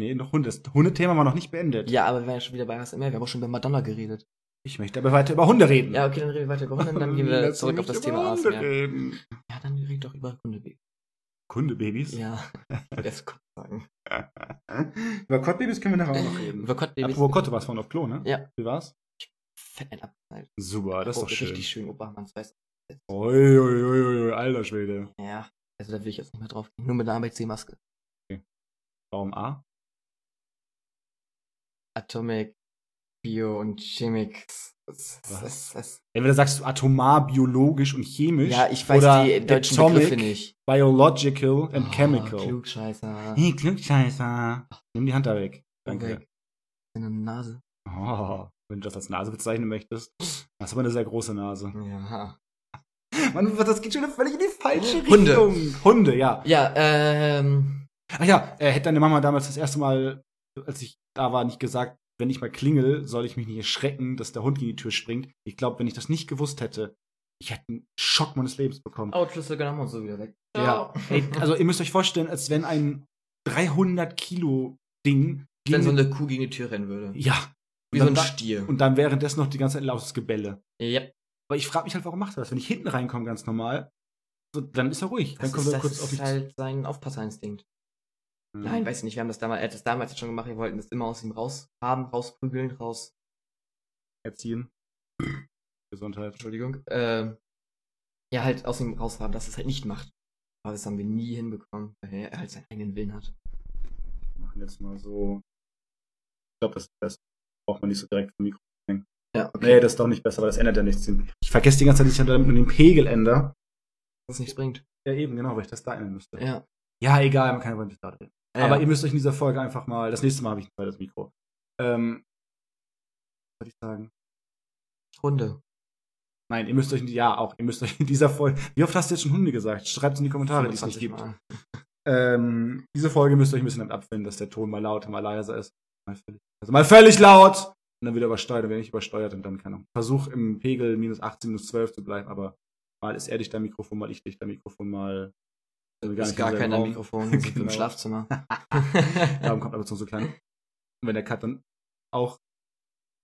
[SPEAKER 2] Nee, noch Hunde. Das Hundethema war noch nicht beendet.
[SPEAKER 1] Ja, aber wir waren ja schon wieder bei ASMR. Wir haben auch schon über Madonna geredet.
[SPEAKER 2] Ich möchte aber weiter über Hunde reden.
[SPEAKER 1] Ja, okay, dann reden wir weiter über Hunde und dann gehen wir
[SPEAKER 2] [laughs] Lass
[SPEAKER 1] zurück auf
[SPEAKER 2] mich
[SPEAKER 1] das
[SPEAKER 2] über
[SPEAKER 1] Thema
[SPEAKER 2] Hunde
[SPEAKER 1] ASMR.
[SPEAKER 2] reden.
[SPEAKER 1] Ja, dann reden wir doch über Hundebabys.
[SPEAKER 2] Hundebabys? [laughs]
[SPEAKER 1] Ja, ich wollte erst kurz sagen.
[SPEAKER 2] über Kottbabys können wir nachher auch noch reden.
[SPEAKER 1] Über Kottbabys.
[SPEAKER 2] Apropos Kotte, warst vorhin auf Klo, ne?
[SPEAKER 1] Ja.
[SPEAKER 2] Wie war's?
[SPEAKER 1] Fett ein abgeknallt.
[SPEAKER 2] Super, Ah, das ist
[SPEAKER 1] Oh,
[SPEAKER 2] doch schön.
[SPEAKER 1] Richtig schön, Obermanns weiß.
[SPEAKER 2] Oi, oi, oi, oi, alter Schwede.
[SPEAKER 1] Ja, also da will ich jetzt nicht mehr drauf gehen. Nur mit einer ABC-Maske.
[SPEAKER 2] Baum A?
[SPEAKER 1] Atomic, Bio und Chemik. Das- das-
[SPEAKER 2] Was?
[SPEAKER 1] das-
[SPEAKER 2] Entweder sagst du atomar, biologisch und chemisch.
[SPEAKER 1] Ja, ich weiß
[SPEAKER 2] oder
[SPEAKER 1] die deutschen
[SPEAKER 2] atomic,
[SPEAKER 1] Begriffe nicht.
[SPEAKER 2] biological and
[SPEAKER 1] Ah,
[SPEAKER 2] chemical.
[SPEAKER 1] Klugscheißer.
[SPEAKER 2] Hey, Klugscheißer. Nimm die Hand da weg. Danke.
[SPEAKER 1] Weg. In der Nase.
[SPEAKER 2] Oh, wenn du das als Nase bezeichnen möchtest, hast du aber eine sehr große Nase.
[SPEAKER 1] Ja.
[SPEAKER 2] Mann, das geht schon wieder völlig in die falsche
[SPEAKER 1] Hunde.
[SPEAKER 2] Richtung. Hunde, ja.
[SPEAKER 1] Ja, ähm.
[SPEAKER 2] Ach ja, äh, hätte deine Mama damals das erste Mal, als ich da war, nicht gesagt, wenn ich mal klingel, soll ich mich nicht erschrecken, dass der Hund gegen die Tür springt. Ich glaube, wenn ich das nicht gewusst hätte, ich hätte einen Schock meines Lebens bekommen.
[SPEAKER 1] Outschlüssel Oh, genommen und so wieder weg.
[SPEAKER 2] Ja. Ey, also ihr müsst euch vorstellen, als wenn ein 300 Kilo Ding
[SPEAKER 1] Wenn
[SPEAKER 2] gegen-
[SPEAKER 1] so eine Kuh gegen die Tür rennen würde.
[SPEAKER 2] ja
[SPEAKER 1] Wie so
[SPEAKER 2] Und
[SPEAKER 1] ein
[SPEAKER 2] dann-
[SPEAKER 1] Stier.
[SPEAKER 2] und dann währenddessen noch die ganze Zeit lautes Gebälle.
[SPEAKER 1] ja.
[SPEAKER 2] Aber ich frage mich halt, warum macht er das? Wenn ich hinten reinkomme, ganz normal, so, dann ist er ruhig. Dann
[SPEAKER 1] Das
[SPEAKER 2] kommt
[SPEAKER 1] ist,
[SPEAKER 2] er
[SPEAKER 1] das
[SPEAKER 2] kurz auf mich
[SPEAKER 1] ist halt sein Aufpasserinstinkt.
[SPEAKER 2] zu.
[SPEAKER 1] Nein, weiß ich nicht. Wir haben das damals, er hat das damals schon gemacht. Wir wollten das immer aus ihm raus haben, rausprügeln, raus.
[SPEAKER 2] Erziehen. Gesundheit.
[SPEAKER 1] Entschuldigung. Ähm, ja, halt aus ihm raus haben, dass es halt nicht macht. Aber das haben wir nie hinbekommen, weil er halt seinen eigenen Willen hat.
[SPEAKER 2] Wir machen jetzt mal so. Ich glaube, das ist besser. Braucht man nicht so direkt vom Mikro.
[SPEAKER 1] Ja,
[SPEAKER 2] Nee, das ist doch nicht besser, weil das ändert ja nichts. Ich vergesse die ganze Zeit, dass ich damit nur den Pegel ändere.
[SPEAKER 1] Was nichts bringt.
[SPEAKER 2] Ja, eben, genau, weil ich das da ändern müsste.
[SPEAKER 1] Ja.
[SPEAKER 2] Ja, egal, man kann aber nicht da reden. Aber
[SPEAKER 1] ja.
[SPEAKER 2] ihr müsst euch in dieser Folge einfach mal. Das nächste Mal habe ich ein zweites Mikro. Ähm. Was soll ich sagen?
[SPEAKER 1] Runde.
[SPEAKER 2] Nein, ihr müsst euch in die, ja auch, ihr müsst euch in dieser Folge. Wie oft hast du jetzt schon Hunde gesagt? Schreibt es in die Kommentare, die es nicht
[SPEAKER 1] 25
[SPEAKER 2] gibt.
[SPEAKER 1] Mal.
[SPEAKER 2] Ähm, diese Folge müsst ihr euch ein bisschen damit abfinden, dass der Ton mal laut, mal leiser ist. Mal völlig, also mal völlig laut! Und dann wieder übersteuert. Und wenn nicht übersteuert, dann, dann kann er. Versuch im Pegel minus 18, minus 12 zu bleiben, aber mal ist er dichter Mikrofon, mal ich dichter Mikrofon, mal. Also
[SPEAKER 1] Ist
[SPEAKER 2] nicht
[SPEAKER 1] gar
[SPEAKER 2] im selben
[SPEAKER 1] keiner am
[SPEAKER 2] Raum. [laughs]
[SPEAKER 1] Mikrofon, wir sind
[SPEAKER 2] Genau.
[SPEAKER 1] im Schlafzimmer.
[SPEAKER 2] Darum kommt aber zu so klein. Und wenn der Cut dann auch.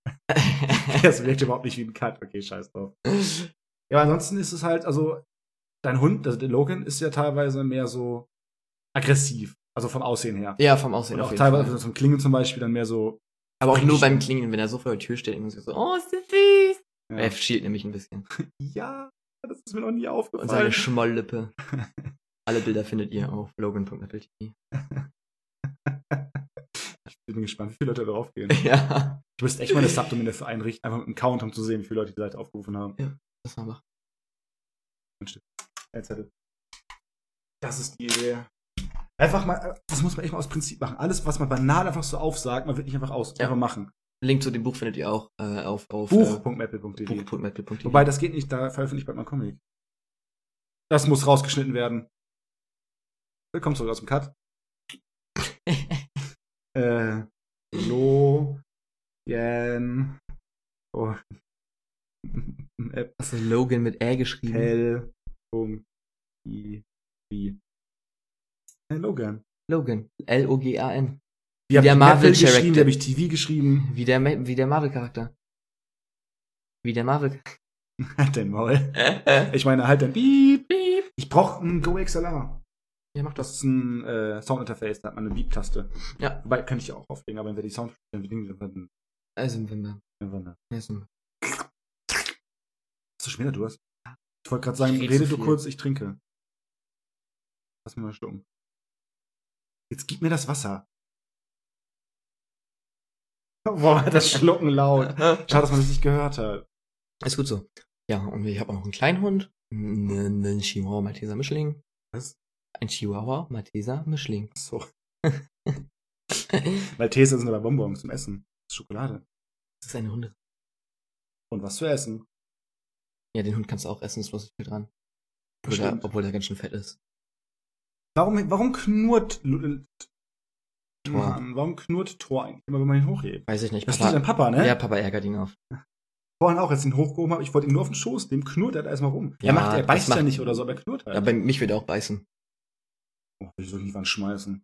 [SPEAKER 2] [laughs] Das wirkt überhaupt nicht wie ein Cut. Okay, scheiß drauf. Ja, ansonsten ist es halt, also dein Hund, also der Logan, ist ja teilweise mehr so aggressiv, also vom Aussehen her.
[SPEAKER 1] ja, vom Aussehen
[SPEAKER 2] Und
[SPEAKER 1] auf
[SPEAKER 2] auch
[SPEAKER 1] jeden
[SPEAKER 2] teilweise
[SPEAKER 1] Fall.
[SPEAKER 2] vom Klingeln zum Beispiel dann mehr so.
[SPEAKER 1] Aber auch nur
[SPEAKER 2] richtig-
[SPEAKER 1] beim Klingeln, wenn er so vor der Tür steht und so, oh, ist der süß.
[SPEAKER 2] Ja,
[SPEAKER 1] Er schielt nämlich ein bisschen.
[SPEAKER 2] ja das ist mir noch nie
[SPEAKER 1] Äh, Und seine
[SPEAKER 2] aufgefallen. [laughs]
[SPEAKER 1] Schmolllippe. Alle Bilder findet ihr auf logan.apple.tv.
[SPEAKER 2] Ich bin gespannt, wie viele Leute darauf gehen.
[SPEAKER 1] Ja,
[SPEAKER 2] Ich müsste echt mal eine Subdomäne für einrichten, einfach mit einem Count, um zu sehen, wie viele Leute die Seite aufgerufen haben.
[SPEAKER 1] das mal machen.
[SPEAKER 2] Ein Zettel. Das ist die Idee. Einfach mal, das muss man echt mal aus Prinzip machen. Alles, was man banal einfach so aufsagt, man wird nicht einfach aus,
[SPEAKER 1] Ja.
[SPEAKER 2] einfach machen.
[SPEAKER 1] Link zu dem Buch findet ihr auch äh, auf, auf äh,
[SPEAKER 2] Buch.maple.de.
[SPEAKER 1] buch.metal.de.
[SPEAKER 2] Wobei, das geht nicht, da veröffentlicht bald mein Comic. Das muss rausgeschnitten werden. Willkommen zurück aus dem Cut. Äh, Logan Oh. [laughs] App.
[SPEAKER 1] Also Logan mit Ä geschrieben.
[SPEAKER 2] Hell. Punkt. I. Wie. Hey, Logan.
[SPEAKER 1] Logan. L-O-G-A-N.
[SPEAKER 2] Die hab
[SPEAKER 1] Der
[SPEAKER 2] ich
[SPEAKER 1] Marvel
[SPEAKER 2] Apple geschrieben,
[SPEAKER 1] Character.
[SPEAKER 2] die habe ich TV geschrieben. [laughs]
[SPEAKER 1] Wie der, Ma- wie der Marvel-Charakter. Wie der Marvel.
[SPEAKER 2] Halt dein Maul.
[SPEAKER 1] Der
[SPEAKER 2] Ich meine, halt dein Beep, Beep. Ich brauche ein GoXLR.
[SPEAKER 1] macht das.
[SPEAKER 2] Das ist ein äh, Soundinterface, da hat man eine Beep-Taste.
[SPEAKER 1] Ja.
[SPEAKER 2] Wobei, kann ich ja auch auflegen, aber wenn wir die Sound... Dann bedingen wir dann-
[SPEAKER 1] Also, wenn wir.
[SPEAKER 2] dann werden wir-
[SPEAKER 1] ja, so-
[SPEAKER 2] Hast du schon wieder Durst? Ich wollte gerade sagen,
[SPEAKER 1] Ich red
[SPEAKER 2] rede
[SPEAKER 1] zu
[SPEAKER 2] du
[SPEAKER 1] viel.
[SPEAKER 2] kurz, ich trinke. Lass mir mal schlucken. Jetzt gib mir das Wasser. [laughs] Boah, das Schlucken laut. Schade, dass man das nicht gehört hat.
[SPEAKER 1] Ist gut so. Ja, und ich habe auch noch einen kleinen Hund. Einen einen Chihuahua Malteser Mischling.
[SPEAKER 2] Was?
[SPEAKER 1] Ein Chihuahua Malteser Mischling. [laughs]
[SPEAKER 2] So. Malteser sind aber Bonbons zum Essen. Das ist Schokolade.
[SPEAKER 1] Das ist eine Hunde.
[SPEAKER 2] Und was zu essen.
[SPEAKER 1] Ja, den Hund kannst du auch essen, ist bloß nicht viel dran. Obwohl
[SPEAKER 2] Stimmt.
[SPEAKER 1] der, obwohl der ganz schön fett ist.
[SPEAKER 2] Warum, warum knurrt Lu-
[SPEAKER 1] Tor.
[SPEAKER 2] Mann, warum knurrt Tor eigentlich immer, wenn man ihn hochhebt?
[SPEAKER 1] Weiß ich nicht.
[SPEAKER 2] Das liegt an Papa, ne?
[SPEAKER 1] Ja, Papa ärgert ihn auf.
[SPEAKER 2] Vorhin auch, als ich ihn hochgehoben habe, ich wollte ihn nur auf den Schoß, dem knurrt er da erstmal rum.
[SPEAKER 1] Ja,
[SPEAKER 2] er macht, er
[SPEAKER 1] das
[SPEAKER 2] beißt ja
[SPEAKER 1] macht-
[SPEAKER 2] nicht oder so, aber er knurrt halt.
[SPEAKER 1] Ja, bei mich wird er auch beißen.
[SPEAKER 2] Oh, ich würde irgendwann schmeißen.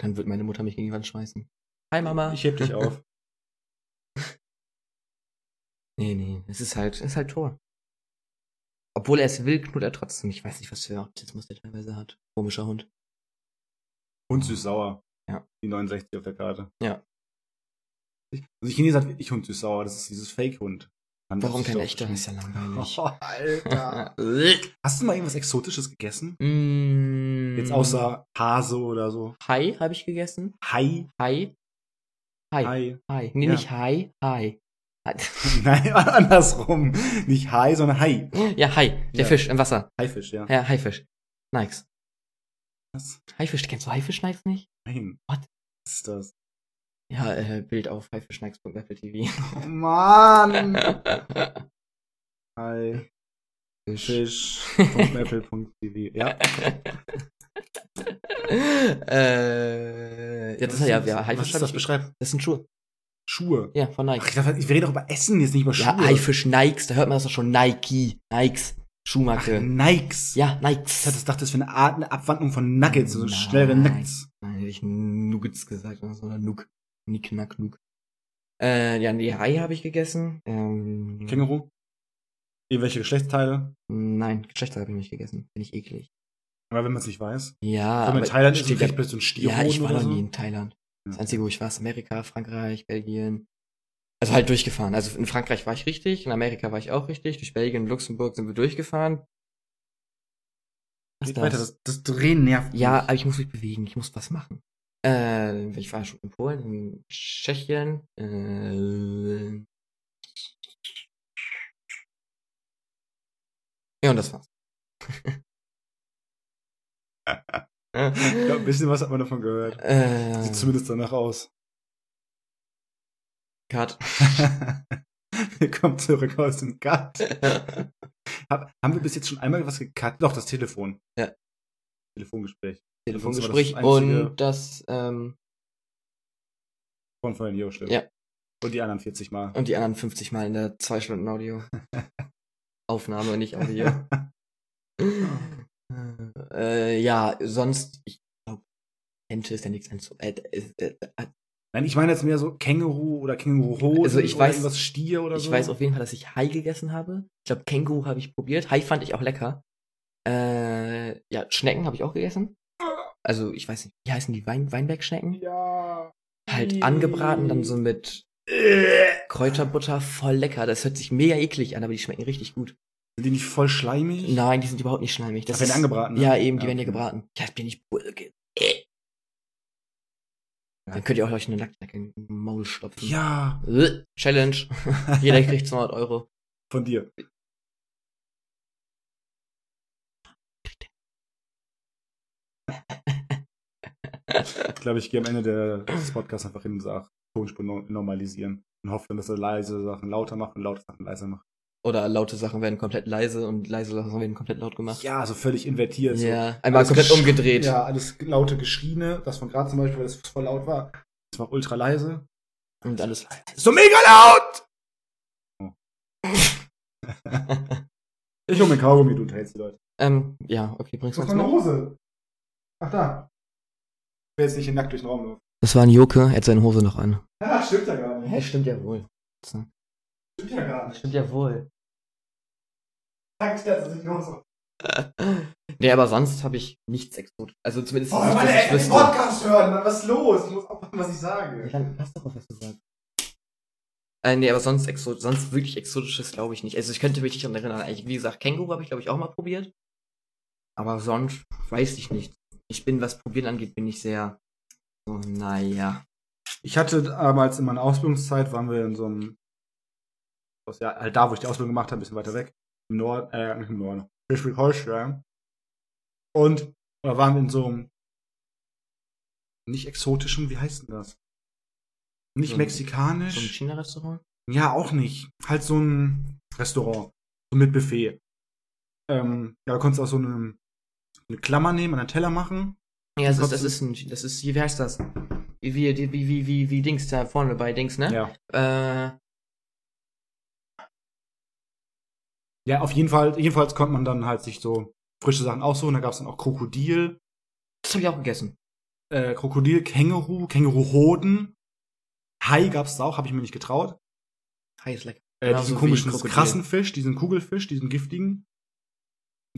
[SPEAKER 1] Dann wird meine Mutter mich gegen die Wand schmeißen. Hi Mama.
[SPEAKER 2] Ich heb dich
[SPEAKER 1] [laughs]
[SPEAKER 2] auf.
[SPEAKER 1] Nee, nee, es ist halt, es ist halt Tor. Obwohl er es will, knurrt er trotzdem. Ich weiß nicht, was für Autismus der teilweise hat. Komischer Hund.
[SPEAKER 2] Und süß-sauer.
[SPEAKER 1] Ja.
[SPEAKER 2] Die 69 auf der Carte.
[SPEAKER 1] Ja.
[SPEAKER 2] Ich- Also die Chinesen sagen, ich Hund süß-sauer, das ist dieses Fake-Hund. Dann
[SPEAKER 1] Warum
[SPEAKER 2] ist es
[SPEAKER 1] kein
[SPEAKER 2] doch
[SPEAKER 1] echter? Ist
[SPEAKER 2] [laughs]
[SPEAKER 1] ja langweilig.
[SPEAKER 2] Oh,
[SPEAKER 1] [laughs]
[SPEAKER 2] Alter. Hast du mal irgendwas Exotisches gegessen?
[SPEAKER 1] Mm.
[SPEAKER 2] Jetzt außer Hase oder so.
[SPEAKER 1] Hai habe ich gegessen.
[SPEAKER 2] Hai.
[SPEAKER 1] Hai. Hai. Hai.
[SPEAKER 2] Hai.
[SPEAKER 1] Nee,
[SPEAKER 2] Ja.
[SPEAKER 1] nicht Hai. Hai. Hai.
[SPEAKER 2] [laughs] Nein, andersrum. Nicht Hai, sondern Hai.
[SPEAKER 1] [laughs] ja, Hai. Der
[SPEAKER 2] Ja.
[SPEAKER 1] Fisch im Wasser.
[SPEAKER 2] Haifisch, ja.
[SPEAKER 1] Ja, Haifisch. Nikes.
[SPEAKER 2] Was?
[SPEAKER 1] Haifisch, kennst du Haifisch Nikes nicht?
[SPEAKER 2] Nein.
[SPEAKER 1] What?
[SPEAKER 2] Was ist das?
[SPEAKER 1] Ja, äh, Bild auf haifischnikes.apple TV. [laughs]
[SPEAKER 2] Oh, Mann.
[SPEAKER 1] [laughs]
[SPEAKER 2] Hai.
[SPEAKER 1] Fisch.
[SPEAKER 2] Fisch.maple.tv. Ja.
[SPEAKER 1] äh, ja, das ist ja, ja,
[SPEAKER 2] Was
[SPEAKER 1] Haifisch
[SPEAKER 2] ist
[SPEAKER 1] hab
[SPEAKER 2] das?
[SPEAKER 1] ich.
[SPEAKER 2] Beschreib.
[SPEAKER 1] Das sind Schuhe.
[SPEAKER 2] Schuhe.
[SPEAKER 1] Ja, von
[SPEAKER 2] Ach,
[SPEAKER 1] Nike.
[SPEAKER 2] ich dachte, wir reden doch über Essen, jetzt nicht über Schuhe.
[SPEAKER 1] Ja, Haifisch Nikes, da hört man das doch schon. Nike. Nikes.
[SPEAKER 2] Ach,
[SPEAKER 1] Schuhmarke.
[SPEAKER 2] Nikes.
[SPEAKER 1] ja,
[SPEAKER 2] Ich
[SPEAKER 1] Nikes.
[SPEAKER 2] hatte dachte, das wäre eine Art, eine Abwandlung von Nuggets, so
[SPEAKER 1] Nein.
[SPEAKER 2] schnellere Nuggets.
[SPEAKER 1] Nein, hätte ich Nuggets gesagt oder so, oder Nuck. Nick, Nack, Nuck. Äh, ja, die Haie habe ich gegessen. Ähm,
[SPEAKER 2] Känguru? Irgendwelche Geschlechtsteile?
[SPEAKER 1] nein, Geschlechter habe ich nicht gegessen. Finde ich eklig.
[SPEAKER 2] Aber wenn man es nicht weiß.
[SPEAKER 1] Ja,
[SPEAKER 2] wenn man
[SPEAKER 1] aber
[SPEAKER 2] in Thailand ist,
[SPEAKER 1] steht
[SPEAKER 2] dann kriegt
[SPEAKER 1] ja-
[SPEAKER 2] plötzlich so ein
[SPEAKER 1] Ja,
[SPEAKER 2] Stierhoden
[SPEAKER 1] ich war
[SPEAKER 2] oder
[SPEAKER 1] noch nie
[SPEAKER 2] so.
[SPEAKER 1] in Thailand. Das
[SPEAKER 2] Ja.
[SPEAKER 1] Einzige, wo ich war, ist Amerika, Frankreich, Belgien. Also halt durchgefahren. Also in Frankreich war ich richtig, in Amerika war ich auch richtig, durch Belgien, Luxemburg sind wir durchgefahren.
[SPEAKER 2] Geht weiter, das, das Drehen nervt
[SPEAKER 1] Ja,
[SPEAKER 2] mich.
[SPEAKER 1] aber ich muss mich bewegen, ich muss was machen. Äh, ich war schon in Polen, in Tschechien, äh, Ja, und das war's.
[SPEAKER 2] [laughs] Ich glaub, ein bisschen was hat man davon gehört. Sieht
[SPEAKER 1] äh,
[SPEAKER 2] zumindest danach aus. [laughs]
[SPEAKER 1] Cut.
[SPEAKER 2] Willkommen zurück aus dem Cut. Hab, haben wir bis jetzt schon einmal was gekattet? Doch, das Telefon.
[SPEAKER 1] Ja.
[SPEAKER 2] Telefongespräch.
[SPEAKER 1] Telefongespräch
[SPEAKER 2] Das war das einzige-
[SPEAKER 1] und das, ähm,
[SPEAKER 2] Von vorhin, jo, stimmt.
[SPEAKER 1] Ja.
[SPEAKER 2] Und die anderen 40 Mal.
[SPEAKER 1] und die anderen 50 Mal in der 2 Stunden
[SPEAKER 2] [laughs]
[SPEAKER 1] Audio. Aufnahme, nicht Audio. äh, ja, sonst, ich glaube, Ente ist ja nichts einzu. Äh, äh, äh, äh,
[SPEAKER 2] Nein, ich meine jetzt mehr so Känguru oder Känguruhosen
[SPEAKER 1] Also ich
[SPEAKER 2] oder
[SPEAKER 1] weiß-
[SPEAKER 2] irgendwas Stier oder
[SPEAKER 1] ich
[SPEAKER 2] so.
[SPEAKER 1] weiß auf jeden Fall, dass ich Hai gegessen habe. Ich glaube, Känguru habe ich probiert. Hai fand ich auch lecker. Äh, ja, Schnecken habe ich auch gegessen. Also, ich weiß nicht, wie heißen die Wein Weinbergschnecken?
[SPEAKER 2] Ja.
[SPEAKER 1] Halt angebraten, dann so mit
[SPEAKER 2] Äh.
[SPEAKER 1] Kräuterbutter, voll lecker. Das hört sich mega eklig an, aber die schmecken richtig gut.
[SPEAKER 2] Sind die nicht voll schleimig?
[SPEAKER 1] Nein, die sind überhaupt nicht schleimig. Das
[SPEAKER 2] Das werden
[SPEAKER 1] ist-
[SPEAKER 2] angebraten. ne?
[SPEAKER 1] Ja, eben, die werden ja
[SPEAKER 2] okay.
[SPEAKER 1] gebraten. Ja, ich bin nicht Bulge. Äh. Dann könnt ihr auch euch eine Nacktschnecke in den Maul stopfen.
[SPEAKER 2] Ja,
[SPEAKER 1] Äh, Challenge. Jeder kriegt 200 Euro.
[SPEAKER 2] von dir. Ich glaube, ich gehe am Ende der- des Podcasts einfach hin und sage, Tonspur no- normalisieren. Und hoffe dann, dass er leise Sachen lauter macht und laute Sachen leiser macht.
[SPEAKER 1] Oder laute Sachen werden komplett leise und leise Sachen werden komplett laut gemacht.
[SPEAKER 2] Ja, so völlig invertiert. So.
[SPEAKER 1] Ja, einmal
[SPEAKER 2] Alles
[SPEAKER 1] komplett
[SPEAKER 2] gesch-
[SPEAKER 1] umgedreht.
[SPEAKER 2] Ja, alles laute Geschrien, das von gerade zum Beispiel, weil das voll laut war. Das war ultra leise.
[SPEAKER 1] Und alles
[SPEAKER 2] So mega laut! Ich hol mir Kaugummi, du unterhältst die Leute.
[SPEAKER 1] ähm, ja, okay, bringst du
[SPEAKER 2] Das
[SPEAKER 1] uns
[SPEAKER 2] ist meine
[SPEAKER 1] mit.
[SPEAKER 2] Hose. Ach, da. Ich will jetzt nicht hier nackt durch den Raum laufen.
[SPEAKER 1] Das war ein Joke, er hat seine Hose noch an.
[SPEAKER 2] Ja, stimmt ja gar nicht.
[SPEAKER 1] stimmt ja wohl.
[SPEAKER 2] Stimmt ja gar nicht.
[SPEAKER 1] Stimmt ja wohl.
[SPEAKER 2] Sag dir, das ist nicht nur so.
[SPEAKER 1] Nee, aber sonst habe ich nichts exotisch. Also zumindest
[SPEAKER 2] Oh,
[SPEAKER 1] nicht, dass
[SPEAKER 2] meine
[SPEAKER 1] ich
[SPEAKER 2] Eltern den
[SPEAKER 1] wüsste.
[SPEAKER 2] Podcast hören, Mann, was ist los? Ich muss aufpassen, was ich sage.
[SPEAKER 1] Dann pass doch auf, was du sagst. Äh, nee, aber sonst, exo sonst wirklich exotisches glaube ich nicht. Also ich könnte mich nicht daran erinnern. Ich, wie gesagt, Känguru habe ich glaube ich auch mal probiert. Aber sonst weiß ich nicht. Ich bin, was Probieren angeht, bin ich sehr, oh, so, naja.
[SPEAKER 2] Ich hatte damals in meiner Ausbildungszeit, waren wir in so einem, was ja, halt da, wo ich die Ausbildung gemacht habe, ein bisschen weiter weg, im Norden, äh, nicht im Norden, Schleswig-Holstein. Und da waren wir in so einem nicht exotischen, wie heißt denn das? Nicht
[SPEAKER 1] So ein- So ein
[SPEAKER 2] mexikanisch.
[SPEAKER 1] China-Restaurant?
[SPEAKER 2] Ja, auch nicht. Halt so ein Restaurant. So mit Buffet. Ähm, ja, da konntest du auch so eine, eine Klammer nehmen, einen Teller machen.
[SPEAKER 1] Ja, das ist, das
[SPEAKER 2] Trotzdem.
[SPEAKER 1] ist ein, das ist, wie heißt das? Wie, wie, wie, wie, wie, wie Dings da vorne bei Dings, ne?
[SPEAKER 2] Ja.
[SPEAKER 1] Ja. Äh,
[SPEAKER 2] Ja, auf jeden Fall, jedenfalls konnte man dann halt sich so frische Sachen aussuchen. Da gab's dann auch Krokodil,
[SPEAKER 1] das habe ich auch gegessen.
[SPEAKER 2] äh, Krokodil, Känguru, Känguruhoden. Hai gab's da auch, habe ich mir nicht getraut.
[SPEAKER 1] Hi, Ah, ist lecker.
[SPEAKER 2] Äh,
[SPEAKER 1] Genauso
[SPEAKER 2] diesen
[SPEAKER 1] wie
[SPEAKER 2] komischen,
[SPEAKER 1] Krokodil.
[SPEAKER 2] krassen Fisch, diesen Kugelfisch, diesen giftigen.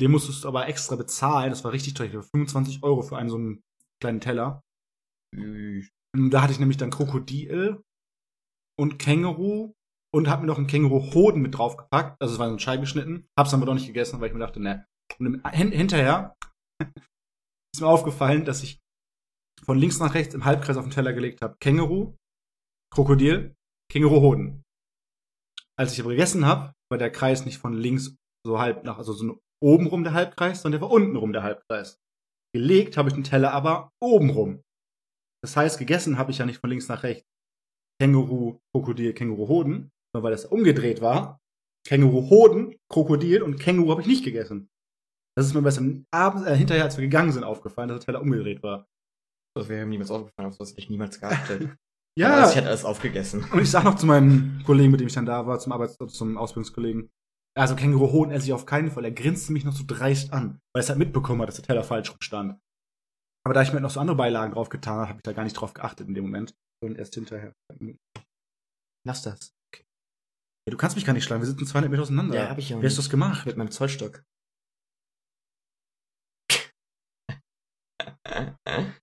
[SPEAKER 2] Den musstest du aber extra bezahlen. Das war richtig teuer. Ich glaube, 25 Euro für einen so einen kleinen Teller. Und Da hatte ich nämlich dann Krokodil und Känguru und hab mir noch einen Känguru-Hoden mit draufgepackt. Also es war so ein Scheiben geschnitten. Hab's dann aber doch nicht gegessen, weil ich mir dachte, ne. Und im, hin, hinterher [laughs] ist mir aufgefallen, dass ich von links nach rechts im Halbkreis auf den Teller gelegt habe. Känguru, Krokodil, Känguru-Hoden. Als ich aber gegessen habe, war der Kreis nicht von links so halb nach, also so oben rum der Halbkreis, sondern der war unten rum der Halbkreis. Gelegt habe ich den Teller aber oben rum. Das heißt, gegessen habe ich ja nicht von links nach rechts Känguru, Krokodil, Känguruhoden, sondern weil das umgedreht war. Känguruhoden, Krokodil und Känguru habe ich nicht gegessen. Das ist mir besser abends äh, hinterher, als wir gegangen sind, aufgefallen, dass der Teller umgedreht war.
[SPEAKER 1] Das wäre mir niemals aufgefallen, auf sowas hätte ich niemals [laughs] geachtet.
[SPEAKER 2] Ja,
[SPEAKER 1] ich hätte alles aufgegessen.
[SPEAKER 2] und ich sag noch zu meinem Kollegen, mit dem ich dann da war, zum Arbeits zum Ausbildungskollegen, also Känguruhoden esse ich auf keinen Fall. Er grinste mich noch so dreist an, weil er halt mitbekommen hat, dass der Teller falsch rum stand. Aber da ich mir noch so andere Beilagen drauf getan habe, habe ich da gar nicht drauf geachtet in dem Moment. Und erst hinterher.
[SPEAKER 1] Lass das.
[SPEAKER 2] Ja, du kannst mich gar nicht schlagen, wir sitzen 200 Meter auseinander.
[SPEAKER 1] Ja, hab ich ja
[SPEAKER 2] Wie hast du das gemacht?
[SPEAKER 1] Mit meinem Zollstock. [laughs]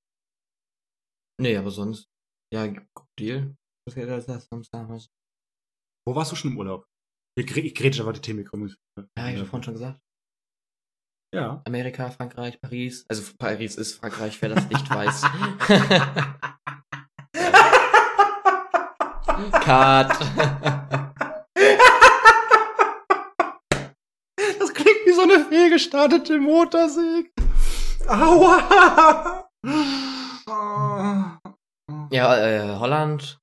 [SPEAKER 1] nee, aber sonst. Ja, Krokodil. Was geht das das damals?
[SPEAKER 2] Wo warst du schon im Urlaub? Ich gr- ich grätsche aber die Themen gekommen.
[SPEAKER 1] Ja, ich habe vorhin schon gesagt.
[SPEAKER 2] Ja.
[SPEAKER 1] Amerika, Frankreich, Paris. Also Paris ist Frankreich, wer das nicht [laughs] weiß. Cut.
[SPEAKER 2] Das klingt wie so eine fehlgestartete Motorsäge. Aua!
[SPEAKER 1] Ja, äh, Holland.